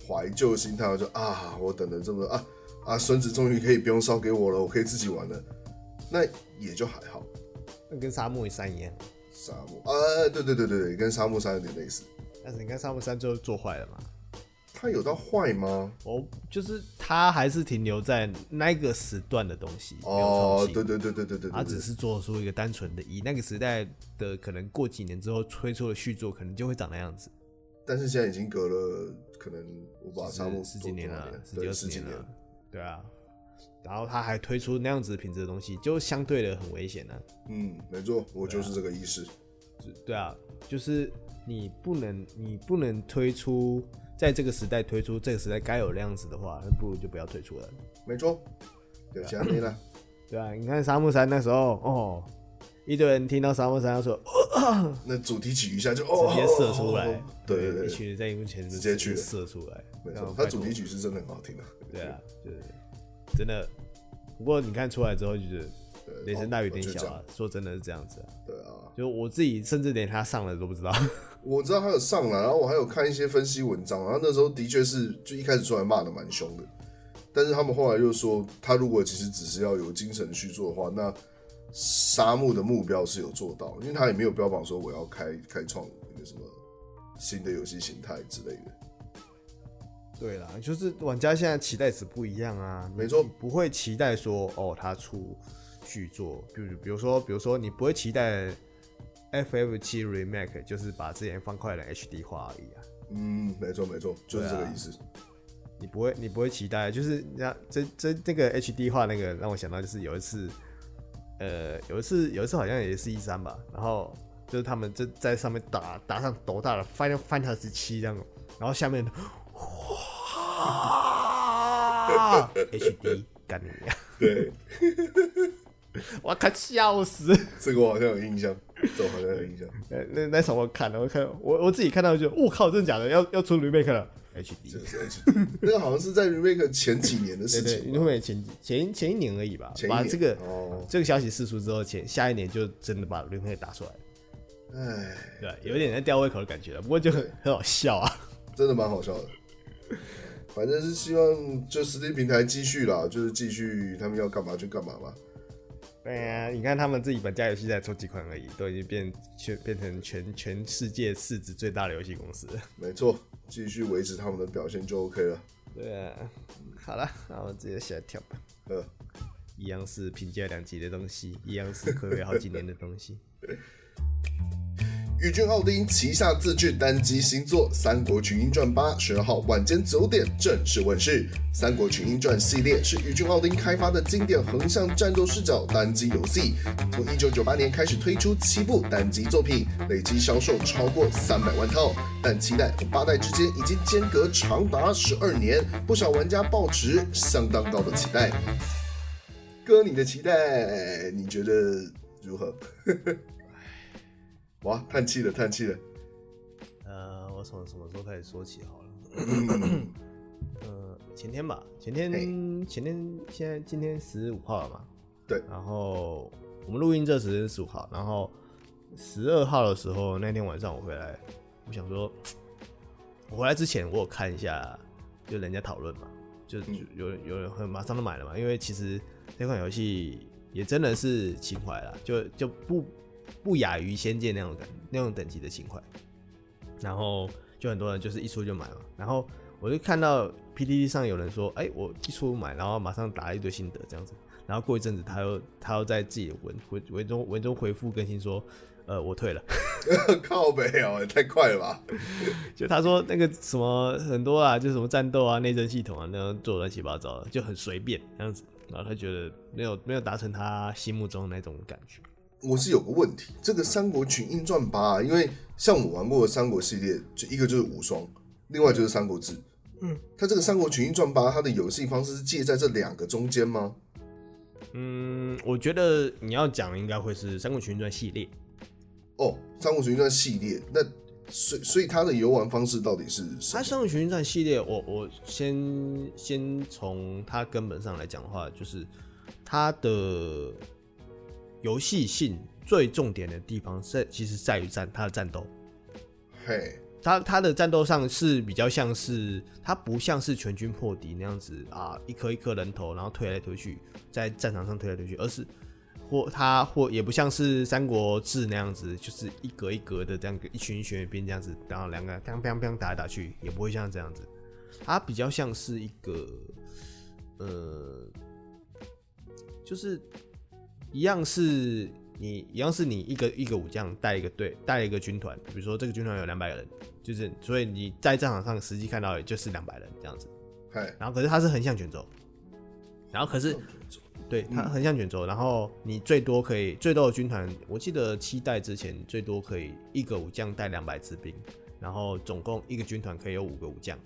怀旧心态，就啊，我等了这么啊啊，孙子终于可以不用烧给我了，我可以自己玩了，那也就还好。
那跟沙漠三一样，
沙漠啊，对对对对对，跟沙漠山有点类似。
但是你看沙漠三最后做坏了嘛？
它有到坏吗？
我就是它还是停留在那个时段的东西，没有创
哦，
新
对对对对对对，
他
对
只是做出一个单纯的，以那个时代的可能过几年之后推出的续作，可能就会长那样子。
但是现在已经隔了可能我把
就是
差不多
十几
多
年
多少
了，十几
对
二
十
十
几
年
年
了，对啊。然后他还推出那样子品质的东西，就相对的很危险啊。
嗯，没错，我就是这个意识。
就对啊，就是你不能，你不能推出在这个时代推出这个时代该有的样子的话，那不如就不要推出了。
没错，有加内了。
对啊，你看沙漠山那时候，哦，一堆人听到沙漠山，他说
那主题曲一下就哦，
直接射出来，
对对对
一群人在荧幕前
直接去了
射出来，
没
然后
错，它
拜
主
托
题曲是真的很好听的。
对啊，对对，对真的。不过你看出来之后，就是
对
雷声大雨点
哦就
小
这
啊
样。
说真的是这样子啊，
对啊，
就我自己甚至连他上了都不知道。
我知道他有上来，然后我还有看一些分析文章，然后那时候的确是就一开始出来骂的蛮凶的，但是他们后来又说，他如果其实只是要有精神去做的话，那沙漠的目标是有做到，因为他也没有标榜说我要开开创一个什么新的游戏形态之类的。
对啦，就是玩家现在期待值不一样啊，
没错
你不会期待说哦他出续作，比如比如说比如说你不会期待 FF 七 Remake 就是把之前方块的 HD 化而已啊，
嗯，没错没错，就是这个意思。
你不会，你不会期待，就是那这这这个 HD 画那个让我想到就是有一次，呃，有一次有一次好像也是一三吧，然后就是他们就在上面打打上斗大的 Final Fantasy 七这样，然后下面哇 HD 干你娘！
对，
(laughs) 我靠，笑死！
这个我好像有印象，这我好像有印象，
那那那场我看了，我看我我自己看到就我靠，真的假的？要要出 remake 了
这
HD？
个是 HD (laughs) 那个好像是在 remake 前几年的
对
事
对，
情吧。
因为前前前一年而已吧，
前一
把
年
这个
哦，
这个消息释出之后，前下一年就真的把 r e m a 打出来了，
哎，
对，有点在吊胃口的感觉了，不过就很很好笑啊。
真的蛮好笑的。反正是希望就实体平台继续啦，就是继续他们要干嘛就干嘛嘛。
对呀、你看他们自己本家游戏才出几款而已，都已经变全变成全全世界市值最大的游戏公司了。
没错，继续维持他们的表现就 OK 了。
对啊，好了，那我们直接下来跳吧。
呃，
一样是评价两集的东西，一样是暌违好几年的东西。
宇君奥丁旗下自制单机新作《三国群英传八》十二号晚间九点正式问世。《三国群英传》系列是宇君奥丁开发的经典横向战斗视角单机游戏，从一九九八年开始推出七部单机作品，累计销售超过三百万套。但七代和八代之间已经间隔长达十二年，不少玩家抱持相当高的期待。哥，你的期待你觉得如何？哇，叹气了，叹气了。
呃，我从什么时候开始说起好了？
(clears throat)
呃，前天吧，前天
嘿
前天现在今天十五号了嘛？
对
然后我们录音这时间是十五号，然后十二号的时候那天晚上我回来，我想说，我回来之前我有看一下，就人家讨论嘛，就
嗯
就有人有人会马上就买了嘛，因为其实这款游戏也真的是情怀啦，就就不不亚于《仙剑》那种感那种等级的情怀。然后就很多人就是一出就买嘛。然后我就看到 PDD 上有人说，哎、我一出买，然后马上打一堆心得这样子。然后过一阵子，他又他又在自己的文文文中文中回复更新说，呃，我退了。 (laughs)
(laughs) 靠北哦，也太快了吧！
就他说那个什么很多啊，就什么战斗啊、内政系统啊，那样做得乱七八糟的，就很随便这样子。然后他觉得没有没有达成他心目中的那种感觉。
我是有个问题，这个《三国群英传八、啊》，因为像我玩过的三国系列，就一个就是无双，另外就是《三国志》。嗯，它这个《三国群英传八》，它的游戏方式是介在这两个中间吗？
嗯，我觉得你要讲的应该会是《三国群英传》系列。
哦，《三国群英传》系列，那所以所以它的游玩方式到底是什
它《
么？
三国群英战》系列，我我先先从它根本上来讲的话，就是它的游戏性最重点的地方在，其实在于战它的战斗，
嘿，
它它的战斗上是比较像是它不像是全军破敌那样子啊，一颗一颗人头，然后推来推去，在战场上推来推去，而是或它或也不像是《三国志》那样子，就是一格一格的这样一群一群的兵这样子，然后两个砰砰砰打来打去，也不会像这样子。它比较像是一个，呃，就是一样是你一样是你一个一个武将带一个队带一个军团，比如说这个军团有两百个人，就是所以你在战场上实际看到也就是两百人这样子。
嗨，
然后可是它是横向卷轴，然后可
嗯
是对它横向卷轴，然后你最多可以最多的军团，我记得七代之前最多可以一个武将带两百支兵，然后总共一个军团可以有五个武将，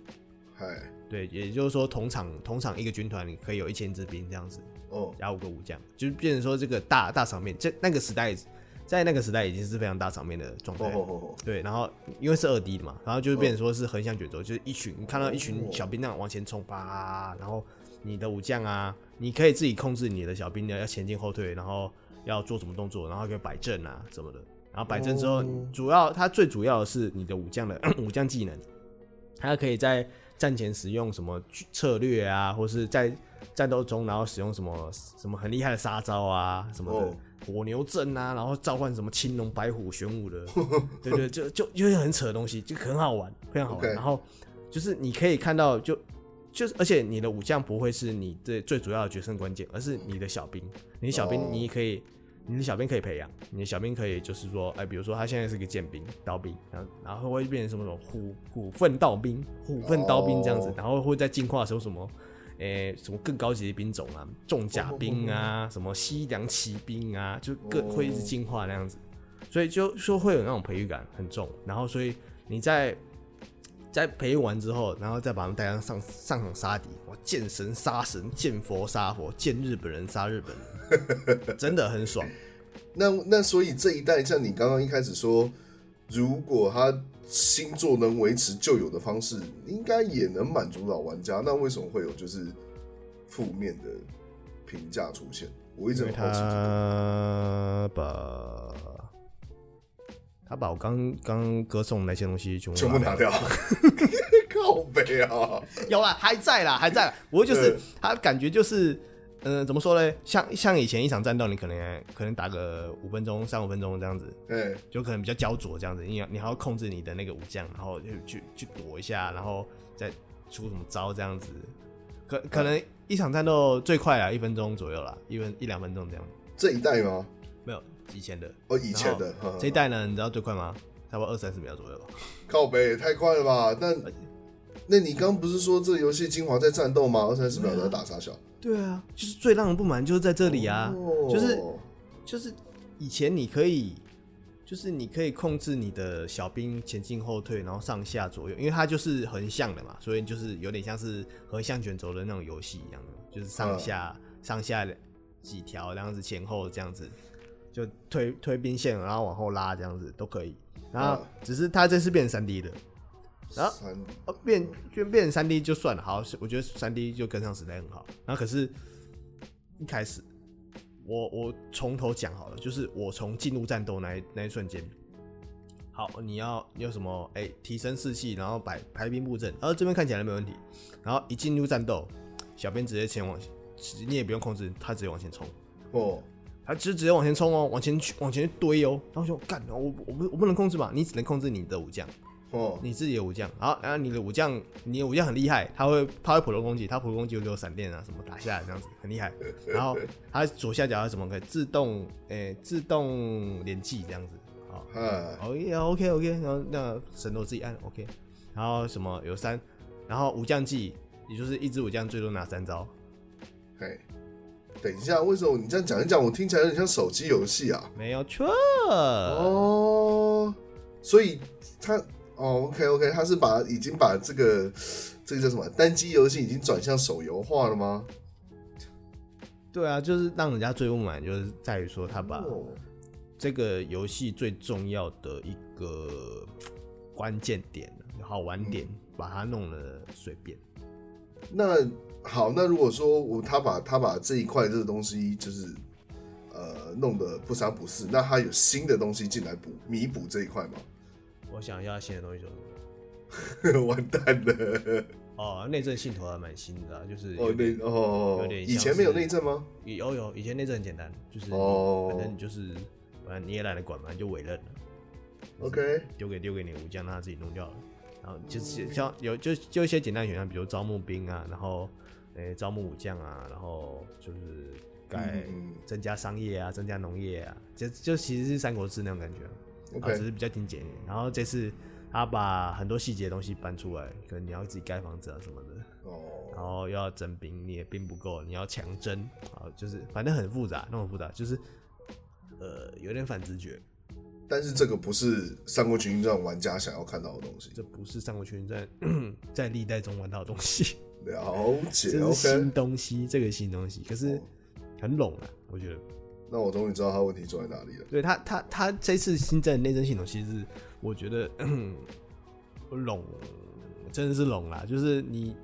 嗨，
对，也就是说同场同场一个军团你可以有一千支兵这样子，
哦，
然后五个武将，就是变成说这个大大场面，这那个时代在那个时代已经是非常大场面的状态
哦
了。
吼吼吼，
对，然后因为是二 D 的嘛，然后就是变成说是横向卷轴，就是一群你看到一群小兵那样往前冲，吧，然后你的武将啊，你可以自己控制你的小兵的要前进后退，然后要做什么动作，然后可以摆阵啊什么的。然后摆阵之后，主要它最主要的是你的武将的 (clears throat) 武将技能，它可以在战前使用什么策略啊，或是在战斗中然后使用什么什么很厉害的杀招啊什么的。
哦
火牛阵啊，然后召唤什么青龙、白虎、玄武的，对对，就就就是很扯的东西，就很好玩，非常好玩。
OK
然后就是你可以看到就，就是而且你的武将不会是你的最主要的决胜关键，而是你的小兵。你的小兵
哦
你可以，你的小兵可以培养，你的小兵可以就是说，哎，比如说他现在是个剑兵、刀兵，然后然后会变成什么什么虎虎奋刀兵、虎奋刀兵这样子
哦，
然后会在进化的时候什么。诶、呃什么更高级的兵种
哦
啊，重甲兵啊，什么西凉骑兵啊，就各
哦
会一直进化那样子，所以就就会有那种培育感很重。然后所以你在在培育完之后，然后再把他们带上上上场杀敌，哇，见神杀神，见佛杀佛，见日本人杀日本人，真的很爽。
那那所以这一代，像你刚刚一开始说，如果他星座能维持旧有的方式，应该也能满足老玩家。那为什么会有就是负面的评价出现？我一直
因为
很好 (laughs) 奇这个。
他把他把我刚刚歌颂的那些东西全
(laughs)
部
全部拿掉， (laughs) 靠北啊！
有啦，还在啦，还在
(laughs)
啦。不过就是
对
他感觉就是，嗯、怎么说呢？像像以前一场战斗，你可能可能打个五分钟、三五分钟这样子，
哎，
就可能比较焦灼这样子。你要你还要控制你的那个武将，然后去去去躲一下，然后再出什么招这样子。可可能一场战斗最快啊，一分钟左右啦，一分一两分钟这样。
这一代吗？
没有以前的
哦，以前的，呵呵
这一代呢，你知道最快吗？差不多二三十秒左右吧。
靠北也太快了吧？那
呃
那你刚不是说这游戏精华在战斗吗？二三十秒都在打傻小，
对啊，就是最让人不满就是在啊这里啊，
哦
就是就是以前你可以，就是你可以控制你的小兵前进后退，然后上下左右，因为它就是横向的嘛，所以就是有点像是横向卷轴的那种游戏一样的，就是上下、上下几条这样子，前后这样子，就推推兵线，然后往后拉这样子都可以。然后
嗯
只是它这次变三 D 的，啊
三
哦，变就变成三 D 就算了，好，是我觉得三 D 就跟上时代很好。然后可是一开始，我我从头讲好了，就是我从进入战斗那一那一瞬间，好，你要你有什么哎、提升士气，然后摆排兵布阵，然后这边看起来没问题，然后一进入战斗，小编直接前往，你也不用控制，他直接往前冲。
哦，
他就直接往前冲哦，往前去，往前去堆哦，然后就干，我我不我不能控制嘛，你只能控制你的武将，
哦，
你自己的武将，然后然后你的武将，你的武将很厉害，他会他会普通攻击，他普通攻击有留闪电啊什么打下来这样子，很厉害。 (laughs) 然后他左下角有什么可以自动诶、自动连击这样子，好，
(laughs) 哎，
哦也 OK OK，然后那神罗自己按 OK，然后什么有三，然后武将技，也就是一支武将最多拿三招，
嘿，等一下，为什么你这样讲一讲，我听起来有点像手机游戏啊？
没有错。
哦，所以他哦，OK OK，他是把已经把这个这个叫什么单机游戏已经转向手游化了吗？
对啊，就是让人家最不满，就是在于说他把
哦
这个游戏最重要的一个关键点、好玩点，把它弄得随便。
那好，那如果说我他把他把这一块这个东西就是呃弄得不三不四，那他有新的东西进来补弥补这一块吗？ (laughs)
我想一下新的东西有什么。
完蛋了！
哦，内政系统还蛮新的啊、就是
哦
有点
内哦
有，点像
以前没有
是
内政吗？
有有以前内政很简单，就是你
哦
反正你就是反正你也懒得管嘛，你就委任了
OK，
丢给丢给你武将，让他自己弄掉了。然然后就是像有就就一些简单选项，比如招募兵啊，然后诶、招募武将啊，然后就是改
嗯
增加商业啊，增加农业啊，就就其实是三国志那种感觉啊，然后
嗯 OK
只是比较精简。然后这次他把很多细节的东西搬出来，可能你要自己盖房子啊什么的。然
哦，
后又要征兵，你也兵不够，你要强征，啊，就是反正很复杂，那种复杂，就是呃有点反直觉，
但是这个不是《三国群英传》玩家想要看到的东西。
这不是三国群英在 (laughs) 在历代中玩到的东西，
了解
这是新
，OK。哦
东西，这个新东西，可是很拢啊，我觉得，
那我终于知道他问题出在哪里了。
对他他他这次新增的内政系统，其实我觉得 (clears throat) 拢真的是拢啦，就是你。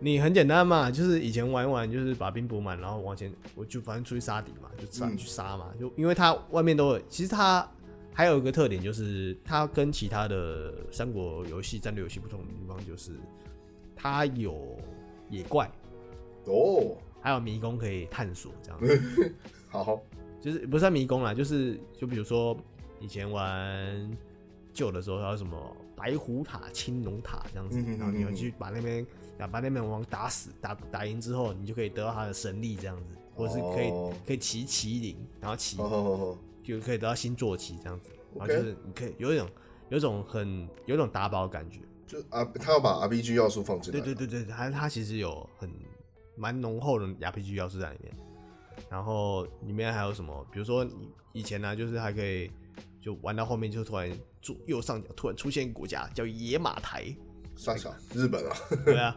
你很简单嘛，就是以前玩一玩，就是把兵补满，然后往前，我就反正出去杀敌嘛，就杀、
嗯
去杀嘛，就因为它外面都有。其实它还有一个特点，就是它跟其他的三国游戏、战略游戏不同的地方，就是它有野怪，
哦，
还有迷宫可以探索，这样。
好，
就是不算迷宫啦，就是就比如说以前玩旧的时候，还有什么白虎塔、青龙塔这样子
嗯哼，
然后你要
嗯哼
去把那边啊把那边王打死，打打赢之后，你就可以得到他的神力这样子，或者是可以
哦
可以骑麒麟，然后骑
好好好好，
就可以得到星坐骑这样子，然
OK
后就是你可以有一种有一种很有一种打宝的感觉，
就啊，他要把 RPG 要素放进来。
对对对对，它它其实有很蛮浓厚的 RPG 要素在里面，然后里面还有什么，比如说你以前呢、就是还可以就玩到后面就突然左右上角突然出现一个国家叫野马台，
傻小，日本啊。(laughs)
对啊，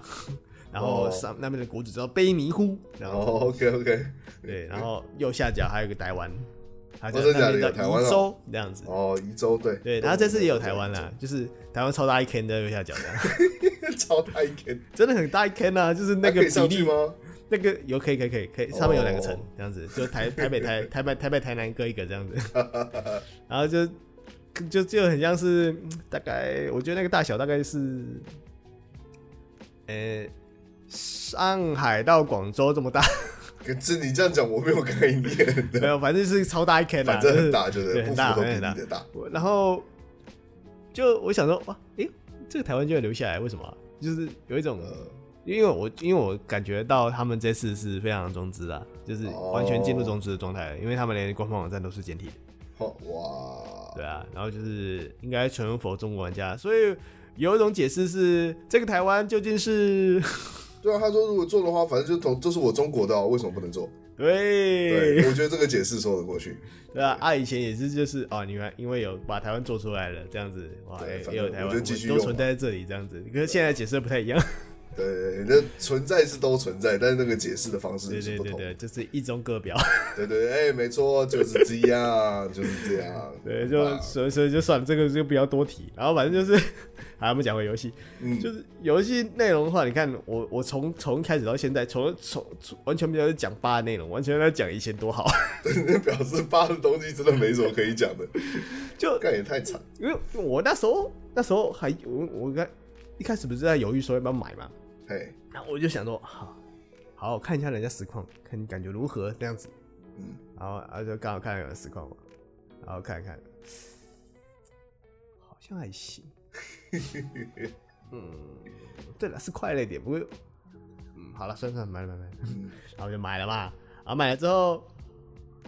然后
哦
上那边的国主叫卑弥呼，然后、
(laughs) 哦，OK OK。 (laughs)
对，然后右下角还有一个台湾，它叫
真的
那
假的
边
有
叫
台湾哦
宜州这样子。
哦，宜州对。
对，然
他
后这次也有台湾啦，就是台湾超大一坑在右下角的，
(laughs) 超大一天，
(laughs) 真的很大一坑啊，就是那
可
个
以上
比
去
例
吗？
那个有可以可以可以可以，上面有两个城
哦
这样子，就台台北台台北台北台南各一个这样子，
(laughs)
然后就就就很像是嗯大概我觉得那个大小大概是，呃、上海到广州这么大，
可是你这样讲，我没有概
(laughs)
念
没
的。
有，反正是超大一坑、
(laughs)
啊，
反正
就
很
是
大，就是
对
不
很
符
大
合
反
比
正很
例
大
的大。
我然后就我想说哇，诶、这个台湾居然留下来，为什么啊、就是有一种。
呃，
因为我因为我感觉到他们这次是非常中资啦，就是
哦
完全进入中资的状态了，因为他们连官方网站都是简体的，
好哇，
对啊，然后就是应该全部否中国玩家，所以有一种解释是这个台湾究竟是 (laughs)
对啊，他说如果做的话，反正就同这是我中国的哦，为什么不能做？
对
对，我觉得这个解释说得过去。
对啊，啊以前也是就是哦，你们因为有把台湾做出来了这样子，哇，
对
也
反正
也有台
我
湾
就继续
都
用
存在在这里这样子，可是现在解释不太一样，
对，那存在是都存在，但是那个解释的方式
对
是
对
不
对
同。
对，就是一中各表，
对对，哎，没错，就是这样，就是这样。
(laughs) 对，就所以所以就算了，这个就不要多提，然后反正就是， (laughs) 好，我们讲回游戏，
嗯，
就是游戏内容的话，你看我我从从一开始到现在，从从从完全没有在讲八的内容，完全在讲以前多好， (laughs)
那嗯 (laughs) 表示八的东西真的没什么可以讲的，
就
干也太惨。
因为我那时候那时候还我我刚一开始不是在犹豫说要不要买嘛，
嘿，
然后我就想说好，好我看一下人家实况，看感觉如何这样子，
嗯，
然后然后就刚好看到有人实况嘛，然后看一看，好像
(laughs)
还行，嗯，对了是快了一点，不过嗯好了算算买了买了买了。
嗯
然后就买了嘛。然后买了之后，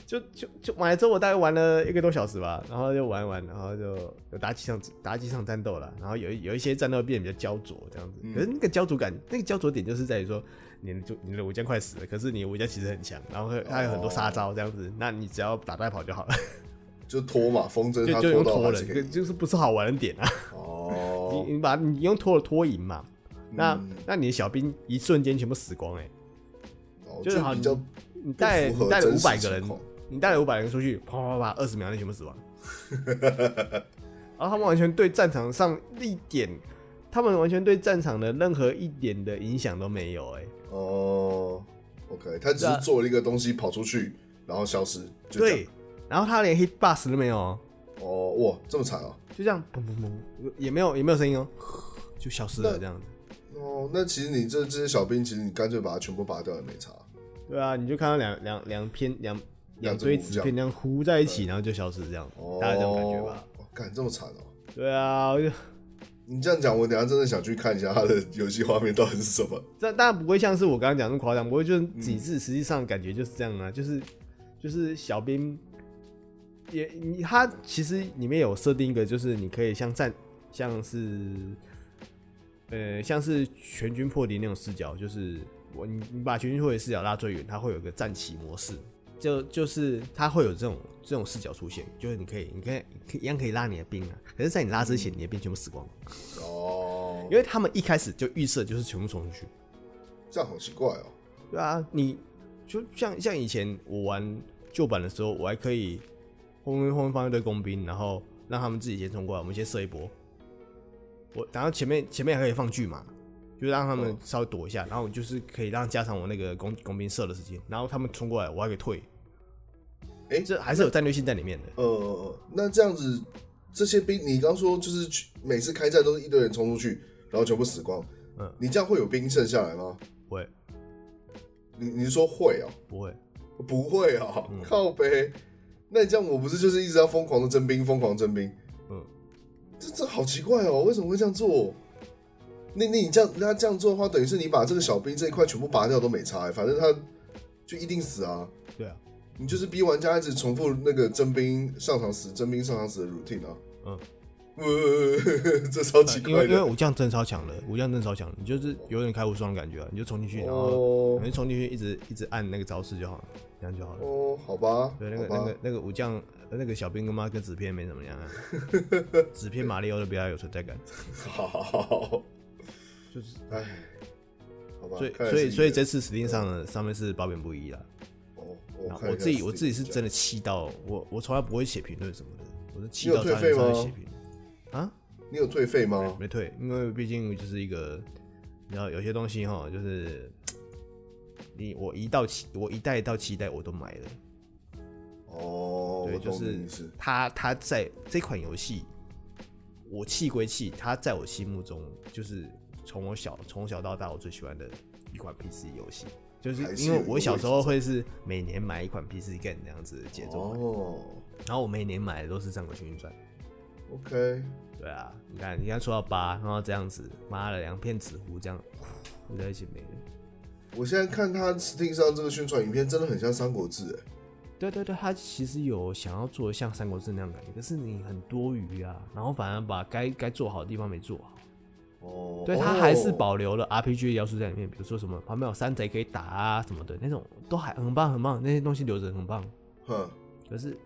就就就买了之后，我大概玩了一个多小时吧，然后就玩一玩，然后就有打几场打几场战斗了，然后有一有一些战斗变得比较焦灼这样子。
嗯
可是那个焦灼感，那个焦灼点就是在于说，你的就你的武将快死了，可是你的武将其实很强，然后
哦
会它有很多杀招这样子，那你只要打带跑就
(laughs)
好了，
就拖嘛，风筝
就
它拖
就用
到
拖
还
了，
是可
就
以。
就是不是好玩的点啊。
哦，
你你把你用拖了拖赢嘛，那、
嗯
那你的小兵一瞬间全部死光哎、
哦
就是好
比较
你带
不符合
你带了
真
五
实
百个
情
人
况，
你带了五百人出去，啪啪啪，二十秒内全部
(laughs)
死亡。然后他们完全对战场上一点，他们完全对战场的任何一点的影响都没有、哎，
哦，OK，他只
对
是
啊
做了一个东西跑出去，然后消失，就这
对
样。，
然后他连 hit bus 都没有哦，
哦，哇，这么惨哦。
就这样砰砰砰，也没有也没有声音哦，就消失了这样子。
哦，那其实你这这些小兵，其实你干脆把它全部拔掉也没差。
对啊，你就看到两两两片两
两
两
只
堆
骨
纸片这样糊在一起，然后就消失这样，
哦，
大概这种感觉吧。
哦。干这么惨哦，
对啊，我就
你这样讲，我等一下真的想去看一下它的游戏画面到底是什么。
这当然不会像是我刚刚讲那么夸张，不会就是几次，实际上感觉就是这样啊，就是就是小兵也你他其实里面有设定一个，就是你可以像战像是呃像是全军破敌那种视角，就是我你你把全军破敌视角拉最远，它会有一个战旗模式。就就是它会有这种这种视角出现，就是你可以，你可以可以一样可以拉你的兵啊，可是，在你拉之前，你的兵全部死光，
哦，
因为他们一开始就预设就是全部冲出去，
这样好奇怪哦。
对啊，你就像像以前我玩旧版的时候，我还可以后面后面放一堆工兵，然后让他们自己先冲过来，我们先射一波。我然后前面前面还可以放巨马，就让他们
嗯
稍微躲一下，然后我就是可以让加长我那个工工兵射的时间，然后他们冲过来，我还可以退。
诶
这还是有战略性在里面的。
呃，那这样子，这些兵你刚说就是去每次开战都是一堆人冲出去，然后全部死光。
嗯
你这样会有兵剩下来吗？
不会，
你你是说会哦、
不会，
不会啊、
嗯
靠呗。那你这样我不是就是一直要疯狂的征兵，疯狂征兵？
嗯，
这这好奇怪哦，为什么会这样做？那那你这样那这样做的话，等于是你把这个小兵这一块全部拔掉都没差、欸反正他就一定死啊。
对啊，
你就是逼玩家一直重复那个征兵上场死、征兵上场死的 routine 啊。
嗯
呃， (laughs) 这超奇
因
怪
为因为
的。
武将真的超强的，武将真的超强，你就是有点开无双的感觉、啊，你就冲进去，然后
哦
你就冲进去一直一直按那个招式就好了，这样就好了。
哦，好吧，
对，那个那
好吧
个，那个武将，呃那个小兵跟妈跟纸片没怎么样啊，纸片马里奥都比较有
(laughs)
存在感，
好，
(laughs) 就是
哎，好吧，
所以
看来
所以
是
所以
一个
这次 Steam 上的上面是褒贬不一啦。啊
哦，
然后
看
我
一下
自己我自己是
Steam
真的气到我我从来不会写评论什么的，我是气
你有
到
退
差点
费
上面
吗
写评论啊。
你有退费吗？
没退，因为毕竟就是一个，你知道有些东西哈，就是你我一到期，我一代到期待我都买了，
哦，
对，
我
就
懂你
是
意思。
它它在这款游戏，我气归气，它在我心目中就是从我小从小到大我最喜欢的一款 PC 游戏。就是
还是
因为
有一
我
个
小
位
时候会是每年买一款 PC Game 那样子的节奏买，
哦
然后我每年买的都是《战国群英传》。
，OK，
对啊，你看，你看说到八，然后这样子，妈的，两片纸糊这样糊在一起没了。
我现在看他 Steam 上这个宣传影片，真的很像《三国志》哎。
对对对，他其实有想要做的像《三国志》那样感觉，可是你很多余啊，然后反而把该该做好的地方没做好。
哦，
对，他还是
哦
保留了 RPG 的要素在里面，比如说什么旁边有山贼可以打啊什么的那种，都还很棒很棒，那些东西留着很棒。
哼，
可是，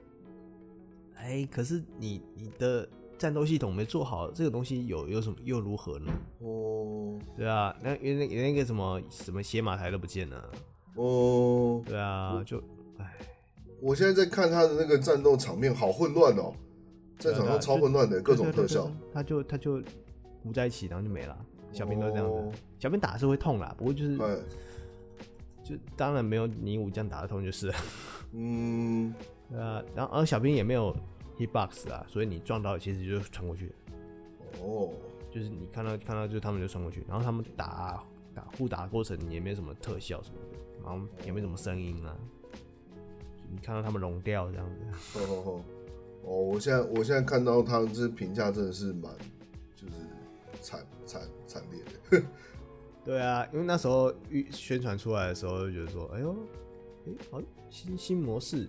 哎、可是你你的战斗系统没做好，这个东西有有什么又如何呢？
哦
对啊，那因为那那个什么什么写马台都不见了，
哦，
对啊，就哎，
我现在在看他的那个战斗场面，好混乱哦，战场
对啊
上超混乱的，各种特效
对，。对对对他就他就糊在一起，然后就没了。小兵都这样
哦
的，小兵打是会痛啦，不过就是
哎，
就当然没有你武将打得痛就是了，
嗯，
对啊，然后而小兵也没有 hitbox 啊，所以你撞到其实就穿过去了，
哦，
就是你看到看到就他们就穿过去，然后他们打打互打的过程也没什么特效什么的，然后也没什么声音啊，你看到他们融掉这样子。
好好好，哦，我现在我现在看到他这评价真的是蛮，就是惨惨惨烈的。
对啊，因为那时候预宣传出来的时候，就觉得说，哎呦，哎、好新新模式，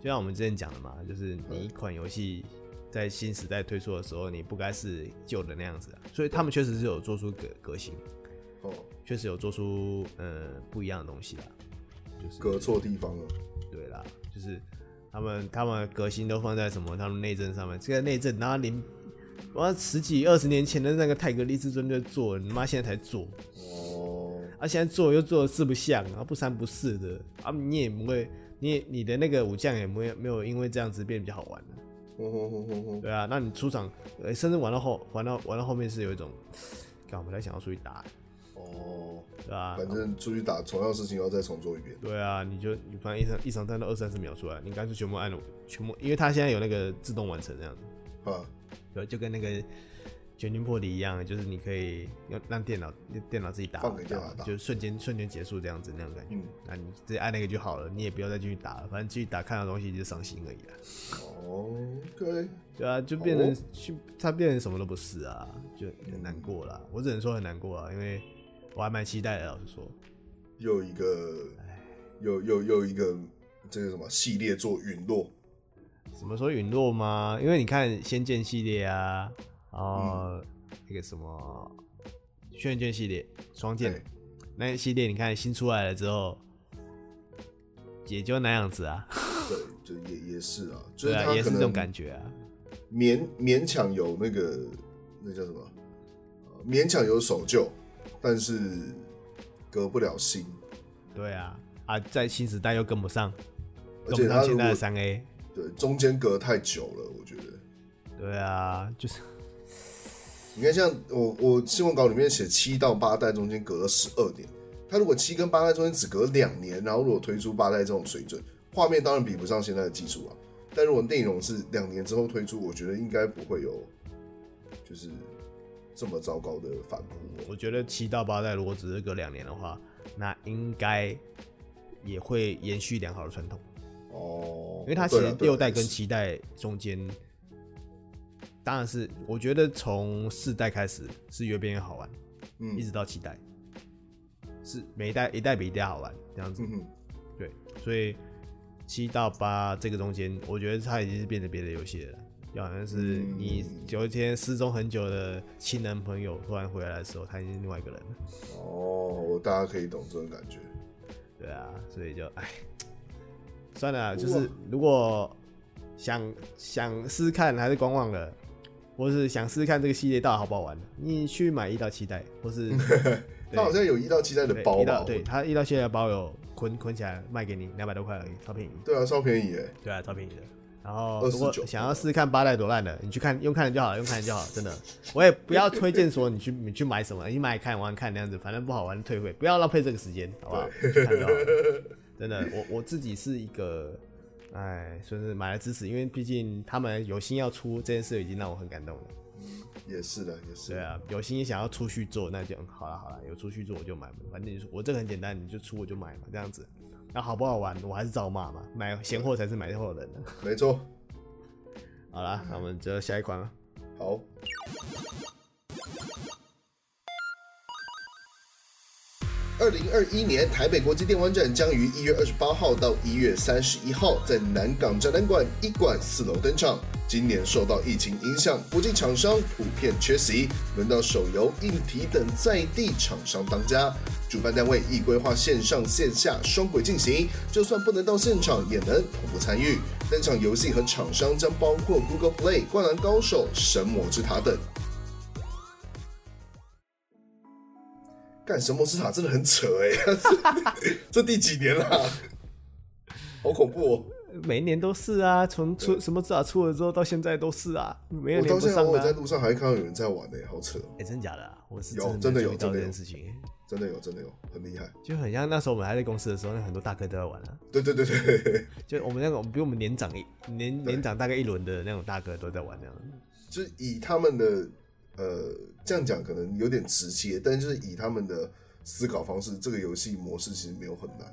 就像我们之前讲的嘛，就是你一款游戏在新时代推出的时候，你不该是旧的那样子啊，所以他们确实是有做出革革新，
哦，
确实有做出呃不一样的东西啦，就是
搁错地方了。
对啦，就是他们他们革新都放在什么他们内政上面，这个内政然后零，我十几二十年前的那个泰格利之尊就做了，你妈现在才做。
哦，
啊，现在做又做的四不像，啊不三不四的，啊你也不会，你也你的那个武将也没有没有因为这样子变得比较好玩了、
轰轰轰轰轰。
对啊，那你出场，呃甚至玩到后玩到玩到后面是有一种，干我们在想要出去打，
哦，
对吧、
反正出去打同样的事情要再重做一遍。
对啊，你就你反正一场一场战斗二三十秒出来，你干脆全部按了全部，因为它现在有那个自动完成这样子，
啊，
对，就跟那个全军破敌一样，就是你可以要让电脑电脑自己打，
放给电脑打
就瞬间瞬间结束这样子那种感觉。
嗯
那你直接按那个就好了，你也不要再继续打了，反正继续打看到东西就伤心而已啦。哦
，OK，
对啊，就变
哦
成去、他变成什么都不是啊，就很难过啦。我只能说很难过啊，因为我还蛮期待的，老实说。
又一个又又又一个这个什么系列做陨落，
什么时候陨落吗？因为你看《仙剑》系列啊，然后那个什么《轩辕剑》系列、双剑
对
那一系列，你看新出来了之后，也就那样子啊，
对，就也也是啊，就
(laughs) 对
是
啊，
他
也
可
是
能
这种感觉啊。
勉勉强有那个那叫什么，呃勉强有守旧，但是隔不了心，
对啊，啊，在新时代又跟不上，
而
跟
且
不
他
上
如
现在
果
的三 A。
对中间隔太久了，我觉得。
对啊，就是
你看，像我我新闻稿里面写七到八代中间隔了十二年，他如果七跟八代中间只隔两年，然后如果推出八代这种水准，画面当然比不上现在的技术啊。但如果内容是两年之后推出，我觉得应该不会有就是这么糟糕的反扑、
我
哦。
觉得七到八代如果只是隔两年的话，那应该也会延续良好的传统。
哦，
因为它其
对
实
啊对啊
六代跟
是
七代中间，当然是我觉得从四代开始是越变越好玩，一
嗯
直到七代，是每一代一代比一代好玩这样子。
嗯哼
对，所以七到八这个中间，我觉得它已经是变成别的游戏了啦。就好像是
嗯
你有一天失踪很久的亲人朋友突然回来的时候，他已经是另外一个人了。
哦，大家可以懂这种感觉。
对啊，所以就哎，算了啊，就
哇
是如果想想试试看，还是观望了，或是想试试看这个系列到底好不好玩，你去买一到七代，
(laughs)
或是
他好像有一到七代的
对
包
一到
吧？
对它一到七代的包有捆捆起来卖给你两百多块而已，超便宜。
对啊，超便宜哎、
对啊，超便宜的。然后
29
如果想要试试看八代多烂的，你去看用看的就好了，用看的就好了，真的。我也不要推荐说你去你去买什么，你买看玩看那样子，反正不好玩退回，不要浪费这个时间，好不好？去看就好了。真的，我我自己是一个，哎，算是买了支持，因为毕竟他们有心要出这件事，已经让我很感动了。
也是的，也是。
对啊，有心想要出去做，那就嗯好了好了，有出去做我就买嘛，反正就是我这个很简单，你就出我就买嘛，这样子。那好不好玩，我还是照骂嘛，买闲货才是买货的人呢。啊
没错。
好啦，那我们就下一款了。
好，二零二一年台北国际电玩展将于一月二十八号到一月三十一号在南港展览馆一馆四楼登场。今年受到疫情影响，国际厂商普遍缺席，轮到手游、硬体等在地厂商当家。主办单位亦规划线上线下双轨进行，就算不能到现场，也能同步参与。登场游戏和厂商将包括 Google Play、灌篮高手、神魔之塔等。干神魔之塔真的很扯哎、 (laughs) 这第几年
(laughs)
啦、好恐怖哦！
每一年都是啊，从出什么至少出了之后到现在都是啊，没有
我
连
到
不
现在
上
偶
的、
尔在
啊。
路上还看到有人在玩哎、好扯哦，
哎、真假的、啊？我是
有
真
真的
没
有
注意到
真的
这
有
件事情，
真的有，真的有，很厉害。
就很像那时候我们还在公司的时候，那很多大哥都在玩啊。
对对对对，
就我们那种比我们年长一年
对
年长大概一轮的那种大哥都在玩那样。
就是以他们的呃，这样讲可能有点直接，但就是以他们的思考方式，这个游戏模式其实没有很难，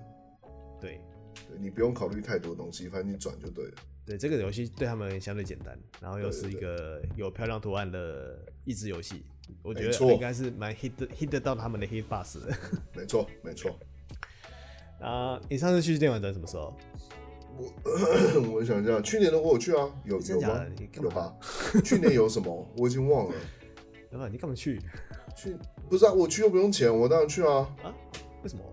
对
对你不用考虑太多东西，反正你转就对了。
对，这个游戏对他们相对简单，然后
对
又是一个有漂亮图案的益智游戏，我觉
没错
得应该是蛮 hit 的 hit 得到他们的 hit bus 的。 (laughs)
没错，没错。 (clears throat)
啊，你上次去电玩展什么时候？
我我想一下，去年的我有去啊，有
真
有
的假
吗
的你？干
有
嘛
吧？去年有什么？我已经忘了。
老板，你干嘛去
去不是啊，我去又不用钱，我当然去啊。
啊？为什么？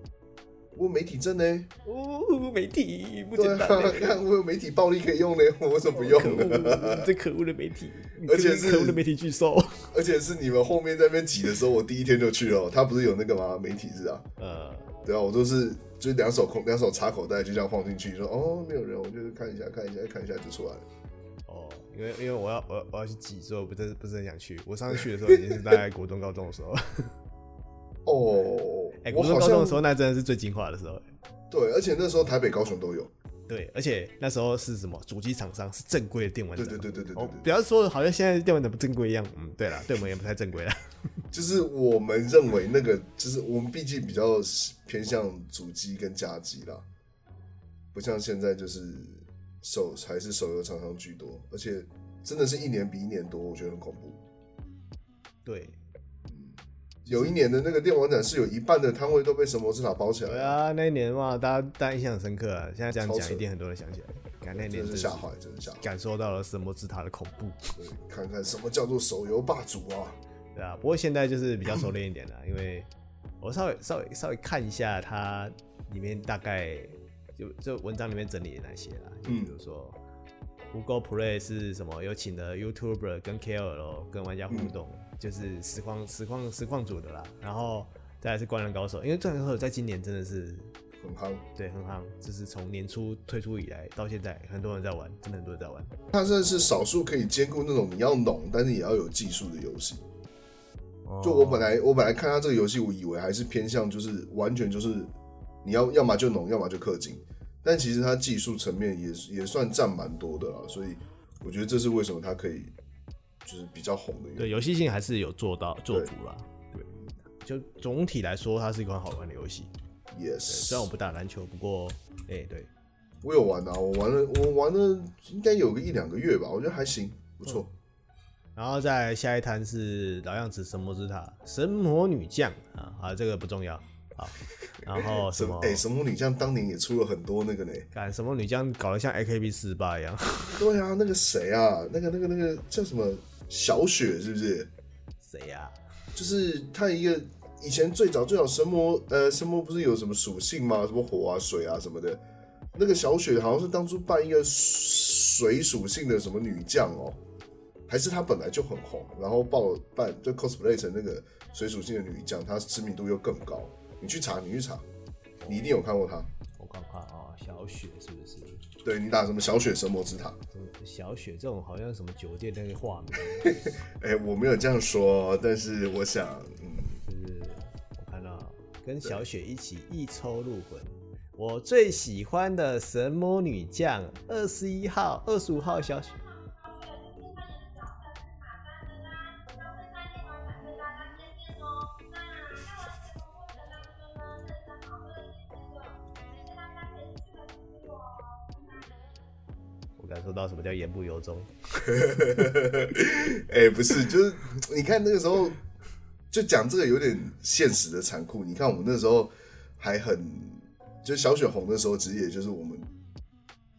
我有媒体证呢，
哦，媒体不
对
简
啊
单，欸，
看我有媒体暴力可以用呢，我为什么不
可
用
(laughs)
呢？
恶，这可恶的媒体，
而且是
可恶的媒体巨兽。
而且是你们后面在那边挤的时候，我第一天就去了。他不是有那个吗？媒体日啊，
呃，
对啊，我都是就是两手空两手插口袋就这样晃进去，说哦没有人，我就是看一下看一下看一下就出来了。
哦，因为因为我要我要我要去挤，所以我不是不是很想去。我上次去的时候已经是大概国中高中的时
(laughs)
候，
哦，
哎，
我
国中
好
哎高中的时
哦像
候那真的是最精华的时候。
对，而且那时候台北、高雄都有。
对，而且那时候是什么主机厂商是正规的电玩
对
展，
对对对对对
哦
对，
不要说好像现在电玩展不正规一样，嗯，对了，对我们也不太正规了。啊
就是我们认为那个，就是我们毕竟比较偏向主机跟家机啦，不像现在就是手还是手游厂商居多，而且真的是一年比一年多，我觉得很恐怖。 (laughs)
对，
有一年的那个电玩展是有一半的摊位都被神魔之塔包起来
对
了，
啊，那一年嘛，大家大家印象很深刻啊。现在这样
超
讲，
扯
一定很多人想起来，感那
真
年
的
真
是
的
吓
是
坏，真的吓坏。
感受到了神魔之塔的恐怖，
对看看什么叫做手游霸主啊？
对啊。不过现在就是比较熟练一点了，因为我稍微稍微稍微看一下它里面大概就就文章里面整理的那些啦，就
嗯
比如说。Google Play 是什么？有请的 YouTuber 跟 KOL 跟玩家互动，就是实况实况实况组的啦。然后再来是《灌篮高手》，因为《灌篮高手》在今年真的是
很夯。
对，很夯，就是从年初推出以来到现在，很多人在玩，真的很多人在玩。
它真的是少数可以兼顾那种你要懂，但是也要有技术的游戏。
哦
就我本来我本来看他这个游戏，我以为还是偏向就是完全就是你要要么就农，要么就氪金，但其实它技术层面也是也算占蛮多的啦，所以我觉得这是为什么它可以就是比较红的原
对
因。
游戏性还是有做到做足啦。对，就总体来说，它是一款好玩的游戏。
也
对
是
虽然我不打篮球，不过哎、对，
我有玩啊，我玩了我玩了应该有个一两个月吧，我觉得还行，不错。
嗯然后再来下一摊是老样子神魔之塔神魔女将啊，好这个不重要。 (laughs) 好，然后什
什
么
么？哎，神魔女将当年也出了很多那个呢。
干什么女将搞得像 AKB 四八一样，
对啊，那个谁啊，那个那个那个叫什么小雪是不是？
(laughs) 谁呀、
就是它一个以前最早最早神魔，呃，神魔不是有什么属性吗？什么火啊、水啊什么的。那个小雪好像是当初扮一个水属性的什么女将哦，还是她本来就很红，然后报扮就 cosplay 成那个水属性的女将，她知名度又更高。你去查，你去查，你一定有看过她。
我看看啊、小雪是不是？
对你打什么小雪神魔之塔？
小雪这种好像什么酒店那个画面。
哎、我没有这样说，但是我想，嗯，
就是我看到跟小雪一起一抽入魂。我最喜欢的神魔女将，二十一号、二十五号小雪。我感受到什么叫言不由衷。
(laughs) 哎、不是，就是你看那个时候，就讲这个有点现实的残酷。你看我们那时候还很，就小雪红的时候，其实也就是我们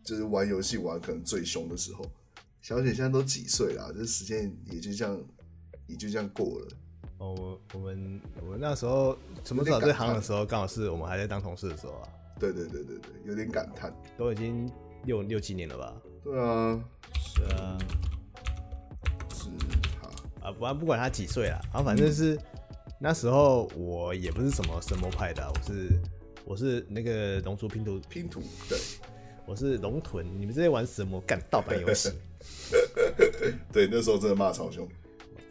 就是玩游戏玩可能最凶的时候。小雪现在都几岁啦？这时间也就这样，也就这样过了。
哦，我我们我们那时候什么时候最行的时候，刚好是我们还在当同事的时候啊，
对对对对对，有点感叹。
都已经六六七年了吧？
对啊，
对啊。
是他，
啊，不然不管他几岁啦，然后反正是、那时候我也不是什么神魔派的啊、我是我是那个龙族拼图，
拼图对
我是龙豚，你们这些玩神魔干盗版游戏，
对，那时候真的骂超凶。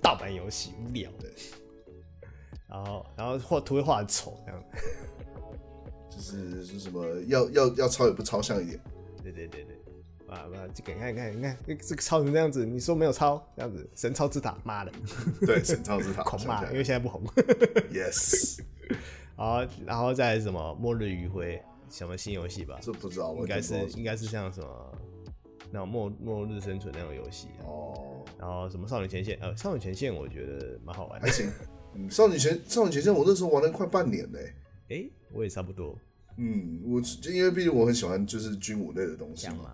盗版游戏无聊的。然后然后画图会画得丑这样，
就是是什么要要要抄也不抄像一点，
对对对对。啊，不然这个你看，你看，你看，这个这个抄成这样子，你说没有抄这样子，神抄之塔，妈的，
对，神抄之塔，
(laughs) 狂
想
骂，
起
因
来
为现在不红。 (laughs)
yes，
然后，然后再来是什么末日余晖，什么新游戏吧？
这不知道，我
应该
真不知
是
道
应该是像什么那种末末日生存那种游戏、啊，
哦，
然后什么少女前线，呃，少女前线我觉得蛮好玩的
还。行。嗯，少女前少女前线，我那时候玩了快半年嘞、
哎、我也差不多
嗯，我就因为毕竟我很喜欢就是军武类的东西
这样
嘛。
嘛，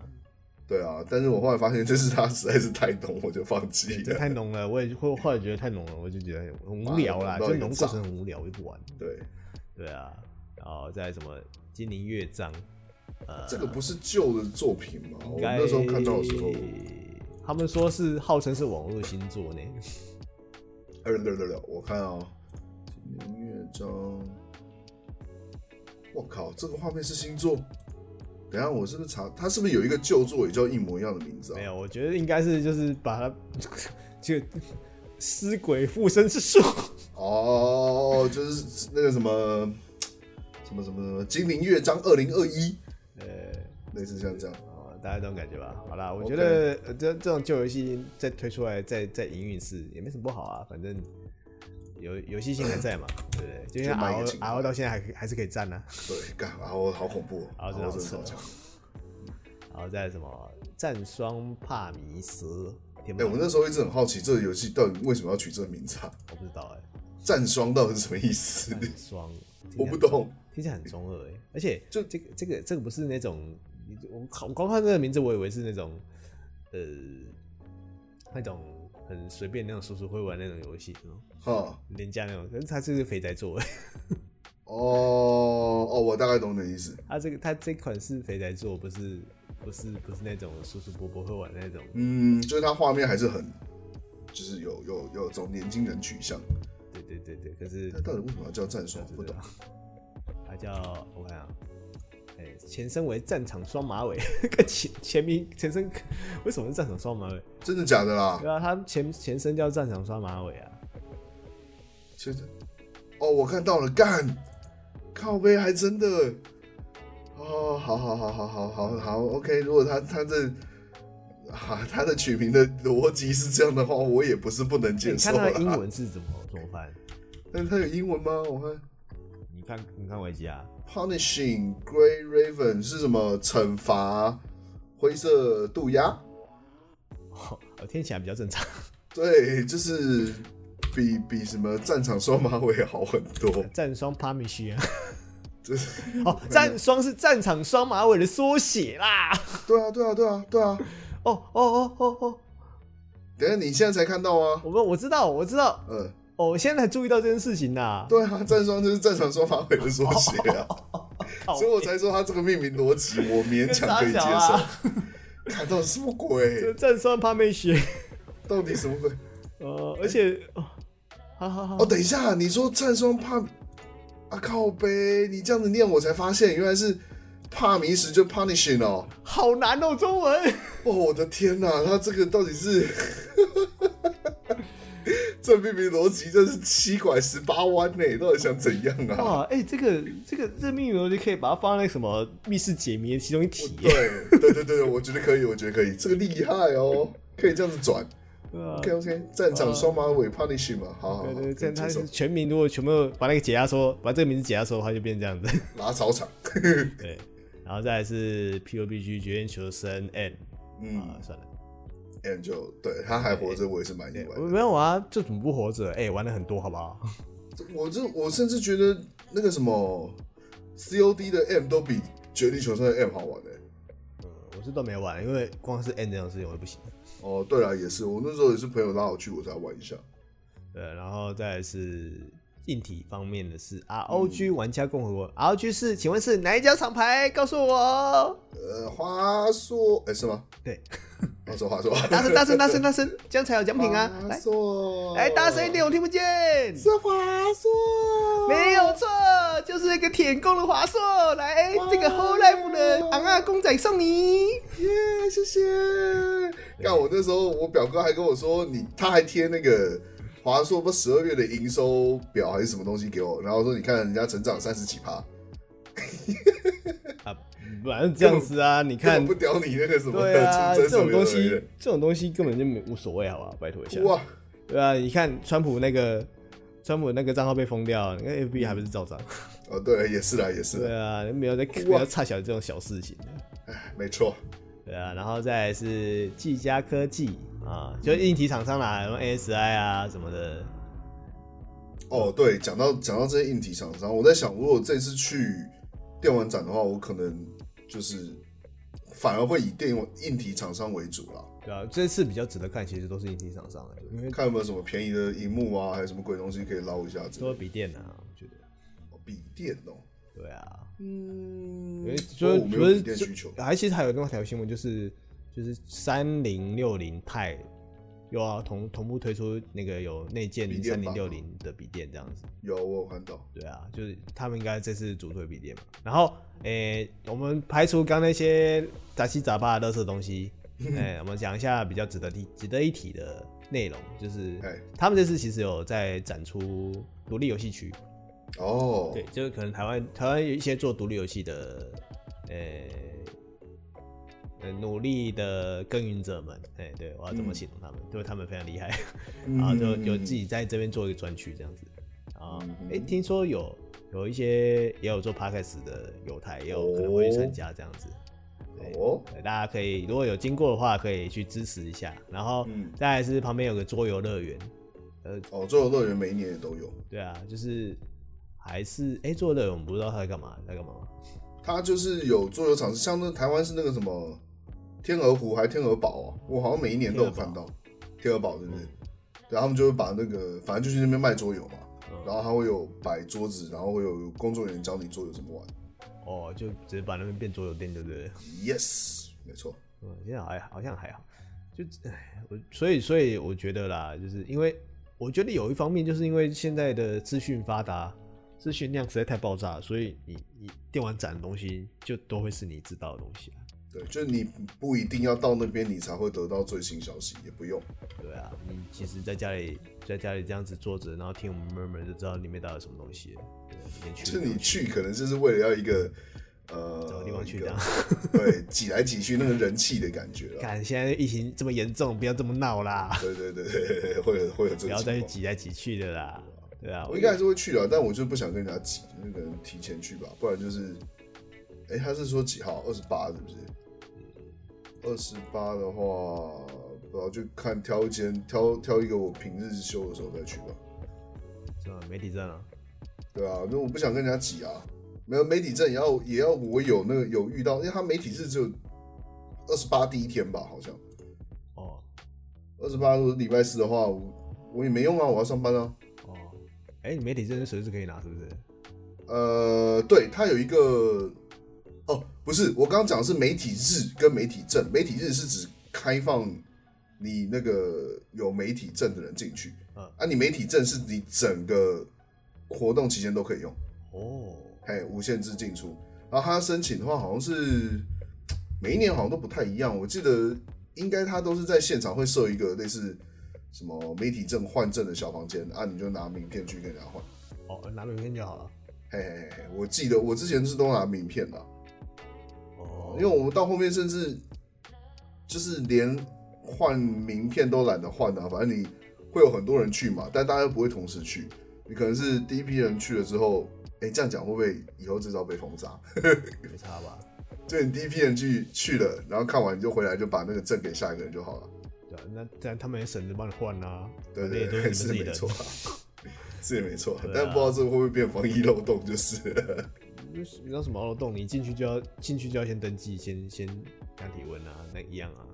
对啊，但是我后来发现，就是它实在是太浓，我就放弃
这
了。
太浓了，我也会后来觉得太浓了，我就觉得很无聊啦，
哇浓到
就
一个
浓
炸
过程很无聊，我就不玩。
对，
对啊，然后再来什么精灵乐章，呃，
这个不是旧的作品嘛？我
应该
那时候看到的时候，
他们说是号称是网络星座呢，
呃，六六六，我看哦，音乐章，我靠，这个画面是星座。等一下，我是不是查？它是不是有一个旧作也叫一模一样的名字啊？
没有，我觉得应该是就是把它 (laughs) 就 (laughs) 尸鬼附身之术。
哦，就是那个什么什么什么什么《精灵乐章二零二一》，
呃，
类似像这样。
哦，大概这种感觉吧。好啦，我
OK
觉得呃这这种旧游戏再推出来，再再营运是也没什么不好啊，反正游游戏性还在嘛，对不对？就像
就卖
R
给
O
情
R
况
O 到现在还可以还是可以啊站呢、
对，干，然后好恐怖、哦，
啊，然后
然
真
后
的
真的
好
好
吃
强
哦。。然后再来什么战双帕迷斯，天
哎、我那时候一直很好奇，这个游戏到底为什么要取这个名字啊？
我不知道哎、
战霜到底是什么意思？ (laughs)
战双，
我不懂，
听起来很中二哎、而且
就
就这个这个这个不是那种，我靠，我光看这个名字，我以为是那种，呃，那种很随便那种叔叔会玩那种游戏，那种
哈，
廉价那种，可是他这是肥宅做的，
哦哦，我大概懂你的意思。
(laughs) 他这个他这款是肥宅做，不是不是不是那种叔叔伯伯会玩那种，
嗯，就是它画面还是很，就是有有有种年轻人取向。
对对对对，可是
但到底为什么要叫战霜？不懂。
他叫我看啊，哎、前身为战场双马尾， (laughs) 跟前前名前身为什么是战场双马尾？
真的假的啦？
对啊，他前前身叫战场双马尾啊。
其实，哦，我看到了，干，靠背还真的，哦，好好好好好好好，OK。如果他他的啊他的取名的逻辑是这样的话，我也不是不能
欸
接
你
受
看
啦
他的英，文字怎么怎么翻？
但是他有英文吗？我看
你看你看维基啊，
punishing grey raven 是什么？惩罚灰色渡鸦？
哦，听起来比较正常。
对，就是比比什么战场双马尾好很多。
战双帕米西啊，
(laughs) 这
哦，战双是战场双马尾的缩写啦。
对啊，对啊，对啊，对啊。
哦哦哦哦哦，
等一下你现在才看到啊？
我们我知道我知道，
呃，
哦，我现在才注意到这件事情呐。
对啊，战双就是战场双马尾的缩写啊，
靠
所以我才说他这个命名逻辑我勉强可以接
跟傻小
受
啊。
(laughs) 看到底什么
这
鬼？
战双帕米西，
到底什么鬼？
呃，而且，哦好好好
哦，，等一下，你说战双帕啊靠呗，你这样子念我才发现原来是帕迷时就 punishing 哦。
好难哦，中文。
哦，我的天哪，他这个到底是 (laughs) 这命名逻辑真是七拐十八弯呢？到底想怎样啊？
哇，哎、这个这个这命名，我就可以把它放在什么密室解谜的其中一题耶。
对对对对，我觉得可以，我觉得可以，这个厉害哦，可以这样子转。
对啊
OK OK，战场双马尾 punish 嘛，好好好，
对
可
哦对，
以
这样他
接受
是全名如果全部把那个解压缩，把这个名字解压缩，他就变这样子。
拿草场，
对，然后再来是 PUBG 绝缘求生 N 啊、
嗯
算了，
，and 就对他还活着，我也是蛮意外
我
的。
没有啊，就怎么不活着？哎、玩了很多，好不好？ (laughs)
我这我甚至觉得那个什么 COD 的 M 都比绝地求生的 M 好玩呢。
嗯，我是都没玩，因为光是 N 这种事情我也不行。
哦，对了，也是，我那时候也是朋友拉我去，我才玩一下。
对，然后再来是硬体方面的是 ROG 玩家共和国、r o g 是请问是哪一家厂牌？告诉我。
呃，华硕，哎，是吗？哦
对，
华硕，华硕，
(laughs) 大声大声大声大声，这样才有奖品啊！
华
来
硕，
来，哎大声一点，，我听不见。
是哦华硕，
没有错，就是一个舔供的华硕。来，这个 Whole Life 的昂啊公仔送你。
耶，谢谢。干，我那时候我表哥还跟我说，你他还贴那个华硕不十二月的营收表还是什么东西给我，然后说你看人家成长三十几趴，
啊，反正这样子啊，你
根
看
本不，屌你那个什么
对
(laughs)
啊，
纯真
这
什
种
么
东
有的
西，这种东西根本就没无所谓，好不好？拜托一下
没的。哇，
对啊，你看川普那个，川普那个账号被封掉，
(laughs)
那个 FB 还不是照章？
哦对，也是啦，也是
对
啦，
啊，没有在不要差小这种小事情。
哎，没错，
对啊，然后再来是技嘉科技啊，就硬体厂商啦，什么 ASI 啊什么的，
哦对，讲到讲到这些硬体厂商，我在想，如果这次去电玩展的话，我可能就是反而会以电玩硬体厂商为主啦。
对啊，这次比较值得看，其实都是硬体厂商的，因为
看有没有什么便宜的荧幕啊，还有什么鬼东西可以捞一下之类
都
的。
是笔电啊，我觉得。
哦笔电哦，
对啊，因
嗯
为所以
我没
所
有
以
笔电
这
需求。
还其实还有另外一条新闻，就是就是三零六零派又要同同步推出那个有内建
笔
三
电
零
版
六零的笔电这样子。
有，我有看到。
对啊，就是他们应该这次主推笔电嘛。然后诶、我们排除刚那些杂七杂八的垃圾
(laughs)
东西，诶、我们讲一下比较值得提值得一提的内容，就是
哎
他们这次其实有在展出独立游戏区。
哦，
对，就是可能台湾台湾有一些做独立游戏的，呃、呃努力的耕耘者们，哎、对我要这么形容他们，就是他们非常厉害，
嗯
(laughs) 然后就有自己在这边做一个专区这样子，
嗯
啊，哎、听说有有一些也有做 podcast 的犹太，也有可能会去参加这样子，对
哦，
对大家可以如果有经过的话，可以去支持一下。然后
嗯
再来是旁边有个桌游乐园，
哦，桌游乐园每一年也都有，
对啊，就是还是哎、桌游乐园我们不知道他在干嘛，在干嘛吗？
它就是有桌游场，像那台湾是那个什么天鹅湖还是天鹅堡哦，我好像每一年都有看到天鹅堡，对不
嗯
对？对，他们就会把那个，反正就去那边卖桌游嘛，
嗯
然后还会有摆桌子，然后会有工作人员教你桌游怎么玩。
哦，就只是把那边变桌游店，对不对了？
Yes，没错，
嗯，现在还好像还好，就唉，我所以所以我觉得啦，就是因为我觉得有一方面就是因为现在的资讯发达，资讯量实在太爆炸了，所以你你电玩展的东西就都会是你知道的东西啊。
对，就是你不一定要到那边你才会得到最新消息，也不用。
对啊，你其实在家里在家里这样子坐着，然后听我们 murmur 就知道里面到底有什么东西了。对，啊连
就是
去
你去可能就是为了要一个呃
找个地方去
一
这
个
样。 (laughs)
对，挤来挤去那个人气的感觉了。
看现在疫情这么严重，不要这么闹啦，
对对对对对，会有会有这
不
个
要再
情
去
况。
挤来挤去的啦。对啊，
我应该还是会去的，但我就不想跟人家挤，那个人提前去吧，不然就是，哎、他是说几号？二十八是不是？二十八的话，不知道就看挑一间，挑挑一个我平日休的时候再去吧。
什么媒体证啊，
对啊，那我不想跟人家挤啊。没有媒体证也要也要我有那个有遇到，因为他媒体是只有二十八第一天吧，好像
哦
二十八如果是礼拜四的话，我我也没用啊，我要上班啊。
哦，哎、你媒体证是随时可以拿，是不是？
呃，对，它有一个哦，不是，我刚刚讲的是媒体日跟媒体证，媒体日是指开放你那个有媒体证的人进去，
嗯
啊，你媒体证是你整个活动期间都可以用，
哦，
嘿，无限制进出。然后他申请的话，好像是每一年好像都不太一样，我记得应该他都是在现场会设一个类似什么媒体证换证的小房间，啊，你就拿名片去跟人家换。
哦，拿名片就好了。
嘿嘿嘿，嘿，我记得我之前是都拿名片的啊、
哦
因为我们到后面甚至就是连换名片都懒得换啊，反正你会有很多人去嘛，但大家又不会同时去，你可能是第一批人去了之后，哎、这样讲会不会以后这招被封杀？ (laughs)
没差吧？
就你第一批人去去了，然后看完你就回来就把那个证给下一个人就好了，
对啊，那这样他们也省着帮你换啦。
对
反正也
对对，
都是你们
是
自己
没
的。
错啊。是也没错，
对啊
但不知道这会不会变防疫漏洞，就是了
就是你知道什么凹洞？你进去就要进去就要先登记，先先量体温啊，那一样啊。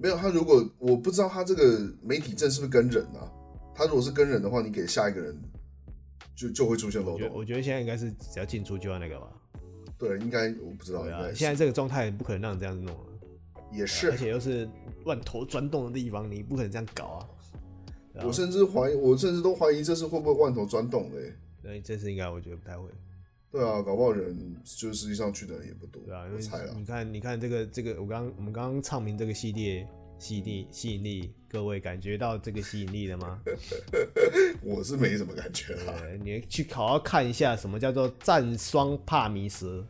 没有他。如果我不知道他这个媒体证是不是跟人啊，他如果是跟人的话，你给下一个人就就会出现
我
漏
觉
洞
得。我觉得现在应该是只要进出就要那个吧。
对，应该我不知道，
对
应
啊
该，是
现在这个状态不可能让你这样子弄啊。
也
而
是。
且又是万头钻洞的地方，你不可能这样搞啊。对啊
我甚至怀疑，我甚至都怀疑这是会不会万头钻洞的欸、
那啊这次应该我觉得不太会，
对啊，搞不好人就是实际上去的人也不多，
对啊，因
我猜
为
啦
你。看，你看这个这个，我刚我们刚刚唱明这个系列吸引力吸引力，各位感觉到这个吸引力了
(laughs)
吗？
我是没什么感觉啦。
对，你去好好看一下什么叫做战双帕米蛇，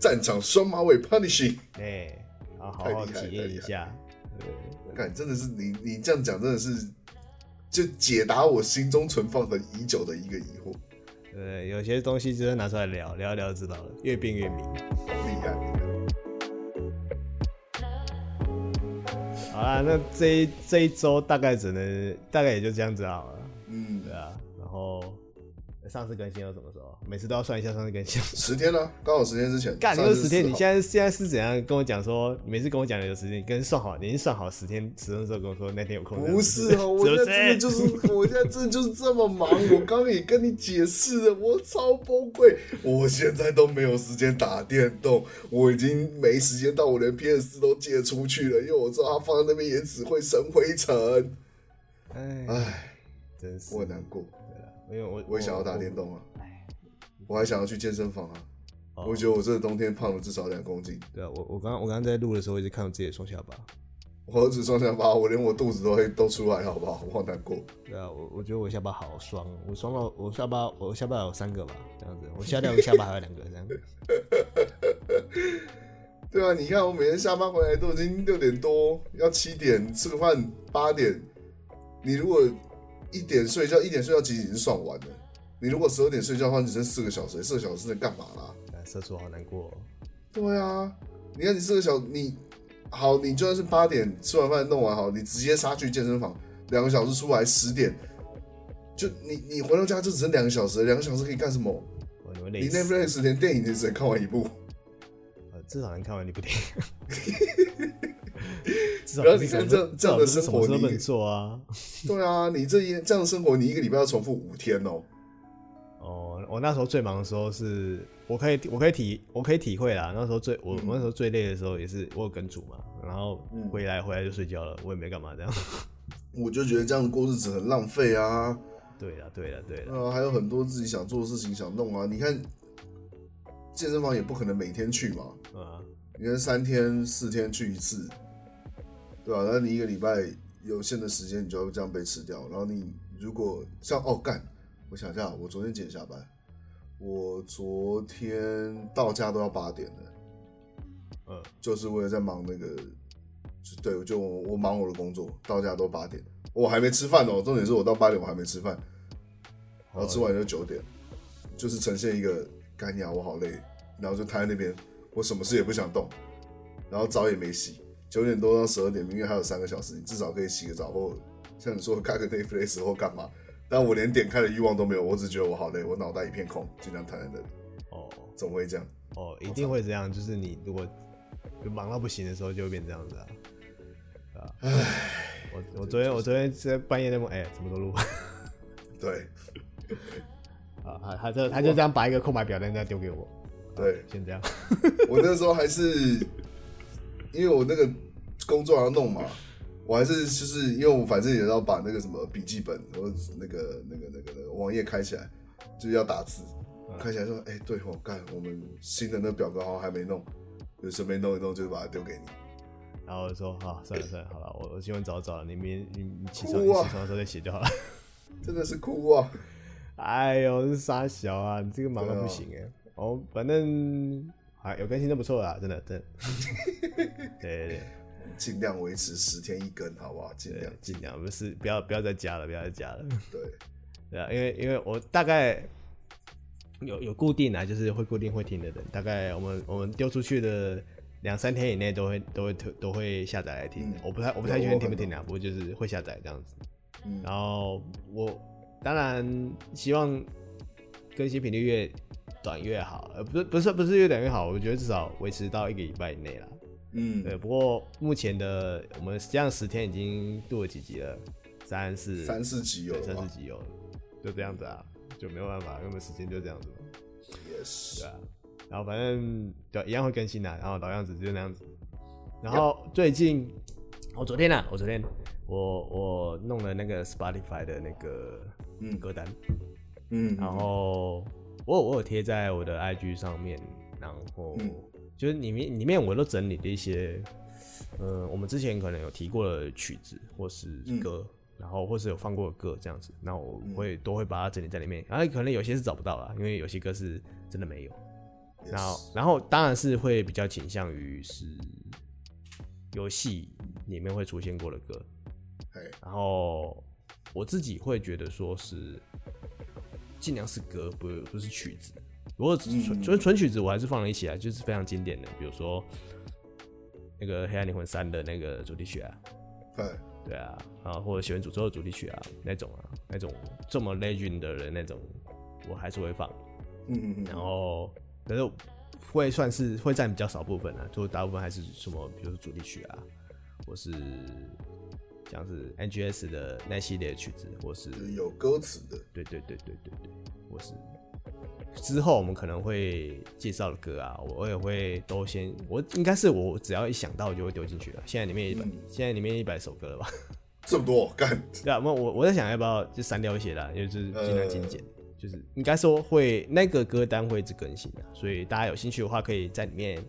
战场双马尾 punishing，
哎，啊，好
太厉
好
害太
体验
厉
一
害
下，
感真的是你你这样讲真的是，就解答我心中存放很已久的一个疑惑，
对，有些东西只是拿出来聊聊一聊就知道了，越变越明。
厉害厉害。
好啦，那这一这一周大概只能大概也就这样子好了。
嗯
对，啊，然后上次更新到什么时候？每次都要算一下上次更新。
十天了，刚好十天之前。
干，你
上
说
次
十天，
四
你
号
现在现在是怎样跟我讲说？你每次跟我讲有时间，你跟算好，你已经算好十天十天之后跟我说那天有空。
不 (laughs) 是啊，我现在真的 (laughs) 就是，我现在真的就是这么忙。我刚刚也跟你解释了，我超崩溃。我现在都没有时间打电动，我已经没时间到，我连 PS 都借出去了，因为我知道它放在那边也只会生灰尘。
哎，
唉，
真是
我很难过，
没有我
我也想要打电动啊，我还想要去健身房啊。
哦
我觉得我这冬天胖了至少两公斤，
对啊，我我刚刚我刚刚在录的时候一直看我自己的双下巴。
我儿子双下巴，我连我肚子都会都出来，好不好？我好难过。
对啊，我我觉得我下巴好双，我双到我下巴我下巴
(laughs)
有三个吧，这样子，我下掉一个下巴还有两个这样。
对对啊，你看我每天下班回来都已经六点多，要七点吃个饭，八点。你如果一点睡觉，一点睡觉其实已经算晚了。你如果十二点睡觉的话，你剩四个小时，四个小时能干嘛啦？
哎社畜好难过、哦。
对啊，你看你四个小你好，你就算是八点吃完饭弄完好，你直接杀去健身房，两个小时出来十点，就你你回到家就只剩两个小时了，两个小时可以干什么？
哇你会累
你
死。
Netflix 连电影你只能看完一部，
呃至少能看完你
(laughs)
不听。 (laughs) 至少
不要
不
你
是什
看
么
这
时候
这样的
至少不
生活
是什么时候
你
不能做啊。
对啊，你这一这样的生活，你一个礼拜要重复五天哦、
哦，我那时候最忙的时候是，我可以我可以体我可以体会啦。那时候最我我那时候最累的时候也是我有跟组嘛，然后
嗯
回来回来就睡觉了，我也没干嘛这样。 (laughs)
我就觉得这样过日子很浪费啊，
对啦对啦对啦，
啊，还有很多自己想做的事情想弄啊。你看，健身房也不可能每天去嘛，
啊
你看三天四天去一次，对吧、那你一个礼拜有限的时间，你就要这样被吃掉。然后你如果像哦干，我想一下，我昨天几点下班？我昨天到家都要八点了，
嗯
就是为了在忙那个，就对，我就我我忙我的工作，到家都八点，我还没吃饭哦。重点是我到八点我还没吃饭，然后吃完就九点，就是呈现一个干啊呀，我好累，然后就瘫在那边，我什么事也不想动，然后澡也没洗，九点多到十二点，明明还有三个小时，你至少可以洗个澡或像你说看个 Netflix 或干嘛。但我连点开的欲望都没有，我只觉得我好累，我脑袋一片空，就这样瘫在那里，
哦
总会这样。
哦，一定会这样，就是你如果就忙到不行的时候就会变这样子啊。唉，我我昨天我昨天在半夜在梦，哎、什么时候录？ (laughs)
对
啊，他他就他就这样把一个空白表单这样丢给我，
对，
先这样。
(laughs) 我那时候还是因为我那个工作要弄嘛，我还是就是因为我反正也要把那个什么笔记本或者那个那个那个、那个、网页开起来，就是要打字。
嗯
开起来说，哎、对哦，干，我们新的那个表格好像还没弄，就顺便弄一弄，就把它丢给你。
然后我就说啊，算了算了，好了，我我今晚早早了，你明你你起床、
哭
你
啊
起床的时候再写就好了。 (laughs)
真的是哭啊！
哎呦，这傻小啊，你这个忙到不行哎、哦，反正还有更新都不错啦，真的真的。 (laughs) 对对对
尽量维持十天一更，好不好？尽量
对，，尽量不是不要不要再加了，不要再加了。
对，
对啊，因为因为我大概有有固定啊，就是会固定会听的人，大概我们我们丢出去的两三天以内都会都会都会下载来听的
嗯。
我不太我不太确定听不听啊，不过就是会下载这样子。
嗯
然后我当然希望更新频率越短越好，呃，不是不是不是越短越好，我觉得至少维持到一个礼拜以内啦。对，
嗯，
不过目前的我们这样十天已经录了几集了，三四
三四集有
对
了
三
吧
四集有了，就这样子啊，就没有办法，因为时间就这样子嘛，
？Yes，
对啊。然后反正对一样会更新的、然后老样子就那样子。然后最近我昨天啊，我昨天我我弄了那个 Spotify 的那个
嗯
歌单，
嗯，
啊然后我有我有贴在我的 IG 上面，然后
嗯
就是里面里面我都整理了一些，呃，我们之前可能有提过的曲子或是
嗯
歌，然后或是有放过的歌这样子，那我
嗯
会、都会把它整理在里面，然啊后可能有些是找不到啦，因为有些歌是真的没有，然后
Yes，
然后当然是会比较倾向于是游戏里面会出现过的歌，
嘿，
然后我自己会觉得说是尽量是歌，不不是曲子。如果只纯
嗯
纯纯曲子，我还是放了一起啊，就是非常经典的，比如说那个《黑暗灵魂三》的那个主题曲啊，
嘿，
对啊，啊或者《血源诅咒》的主题曲啊，那种啊，那种这么 legend 的人那种，我还是会放。
嗯嗯
然
嗯，
后可是会算是会占比较少部分啊，就大部分还是什么，比如说主题曲啊，或是像是 NGS 的那系列的曲子，或是
就是有歌词的，
对对对对对对，或是之后我们可能会介绍的歌啊，我我也会都先，我应该是我只要一想到我就会丢进去了。现在里面一百，
嗯
现在里面一百首歌了吧？
这么多干，
对啊，我我我在想要不要就删掉一些啦，因为就是尽量精简，就是应该说会那个歌单会一直更新的，啊所以大家有兴趣的话可以在里面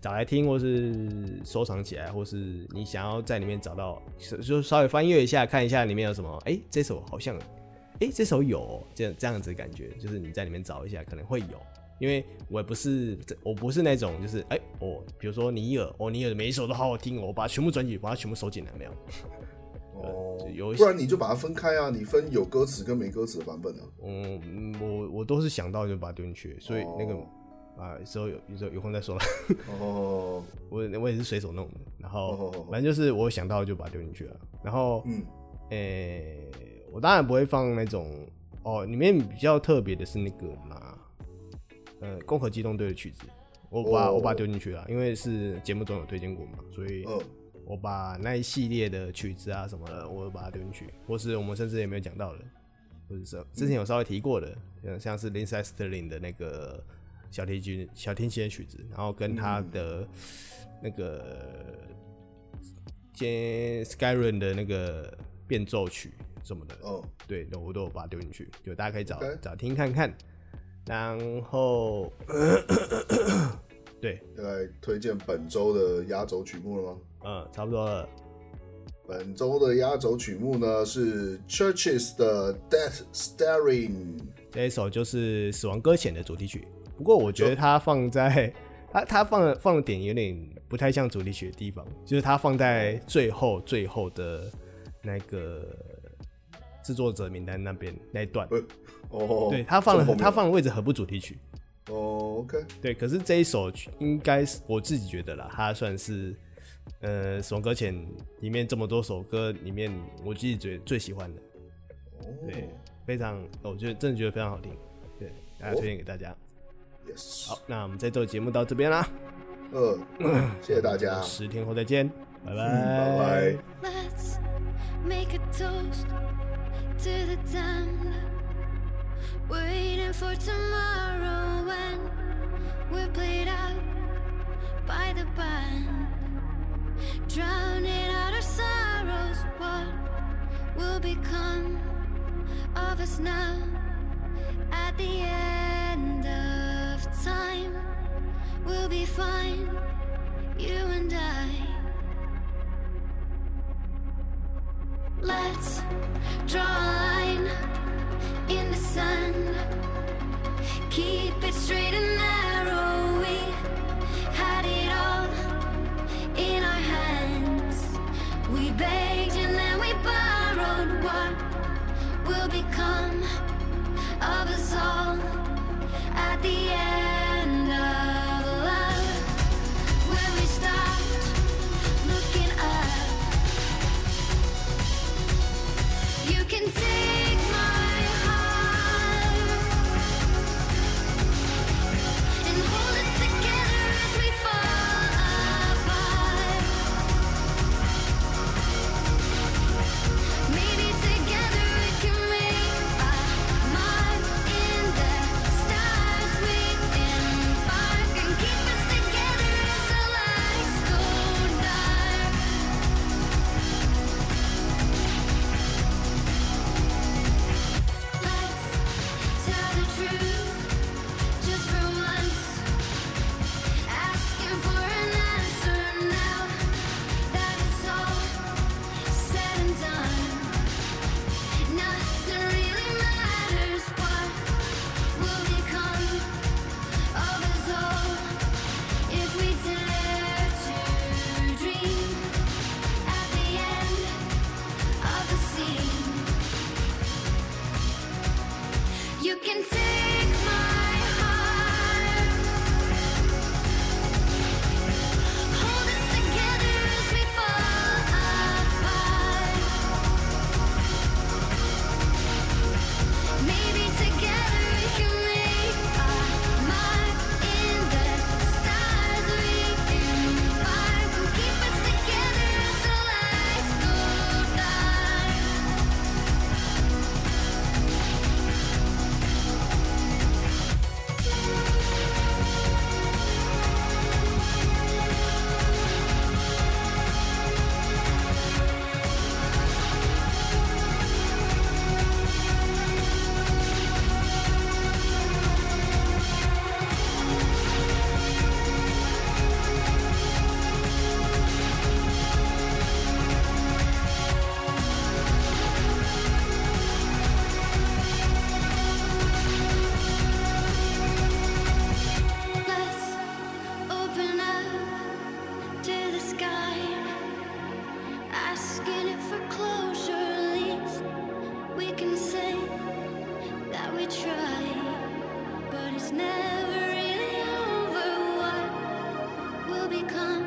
找来听，或是收藏起来，或是你想要在里面找到，就就稍微翻阅一下，看一下里面有什么，哎、这首好像，哎、这首有哦、这样这样子的感觉，就是你在里面找一下可能会有，因为我也不是我不是那种就是哎、我比如说尼尔，哦尼尔每一首都好好听，我把它全部专辑把它全部收进来没有？
哦
就有一，些
不然你就把它分开啊，你分有歌词跟没歌词的版本啊。
嗯，嗯我我都是想到就把它丢进去，所以那个、啊之后有之后有空再说了。
哦，
(laughs) 我我也是随手弄的，然后
哦哦哦
反正就是我想到就把它丢进去了。然后，
嗯，
诶、我当然不会放那种哦，里面比较特别的是那个嘛，呃，攻壳机动队的曲子，我把、
哦
我把它丢进去了，因为是节目中有推荐过嘛，所以
嗯
我把那一系列的曲子啊什么的，我把它丢进去，或是我们甚至也没有讲到的，或者是之前有稍微提过的，像像是林赛斯特林的那个小提琴小提琴的曲子，然后跟他的那个兼 Skyrim 的那个变奏曲什么的，
嗯，
对，那我都有把它丢进去，就大家可以找
OK
找听看看。然后， (coughs) 对，
要来推荐本周的压轴曲目了吗？
嗯，差不多了。
本周的压轴曲目呢是 Churches 的《Death Staring》。
这一首就是《死亡搁浅》的主题曲。不过我
哦
觉得它放在它它放的放的点有点不太像主题曲的地方，就是它放在最后最后的那个制作者名单那边那一段。
呃哦，
对，它放
这么
了
后面
它放的位置很不主题曲。
哦，OK，
对，可是这一首曲应该是我自己觉得啦，它算是呃《死亡搁浅》里面这么多首歌里面我自己最最喜欢的。对
哦，
非常，我觉得真的觉得非常好听。对，大家推荐给大家。
，Yes，
好，那我们这周节目到这边啦，
呃，谢谢大家，
十天后再见，拜拜，
嗯拜拜。
Let's make a toast to the time that waiting for tomorrow when we're played out by the band, drowning out our sorrows. What will become of us now at the end of time? We'll be fine, you and I. Let's draw a line in the sun. Keep it straight and narrow. We had it all in our hands. We begged and then we borrowed what will become of us all at the end of love. When we stopped looking up. You can become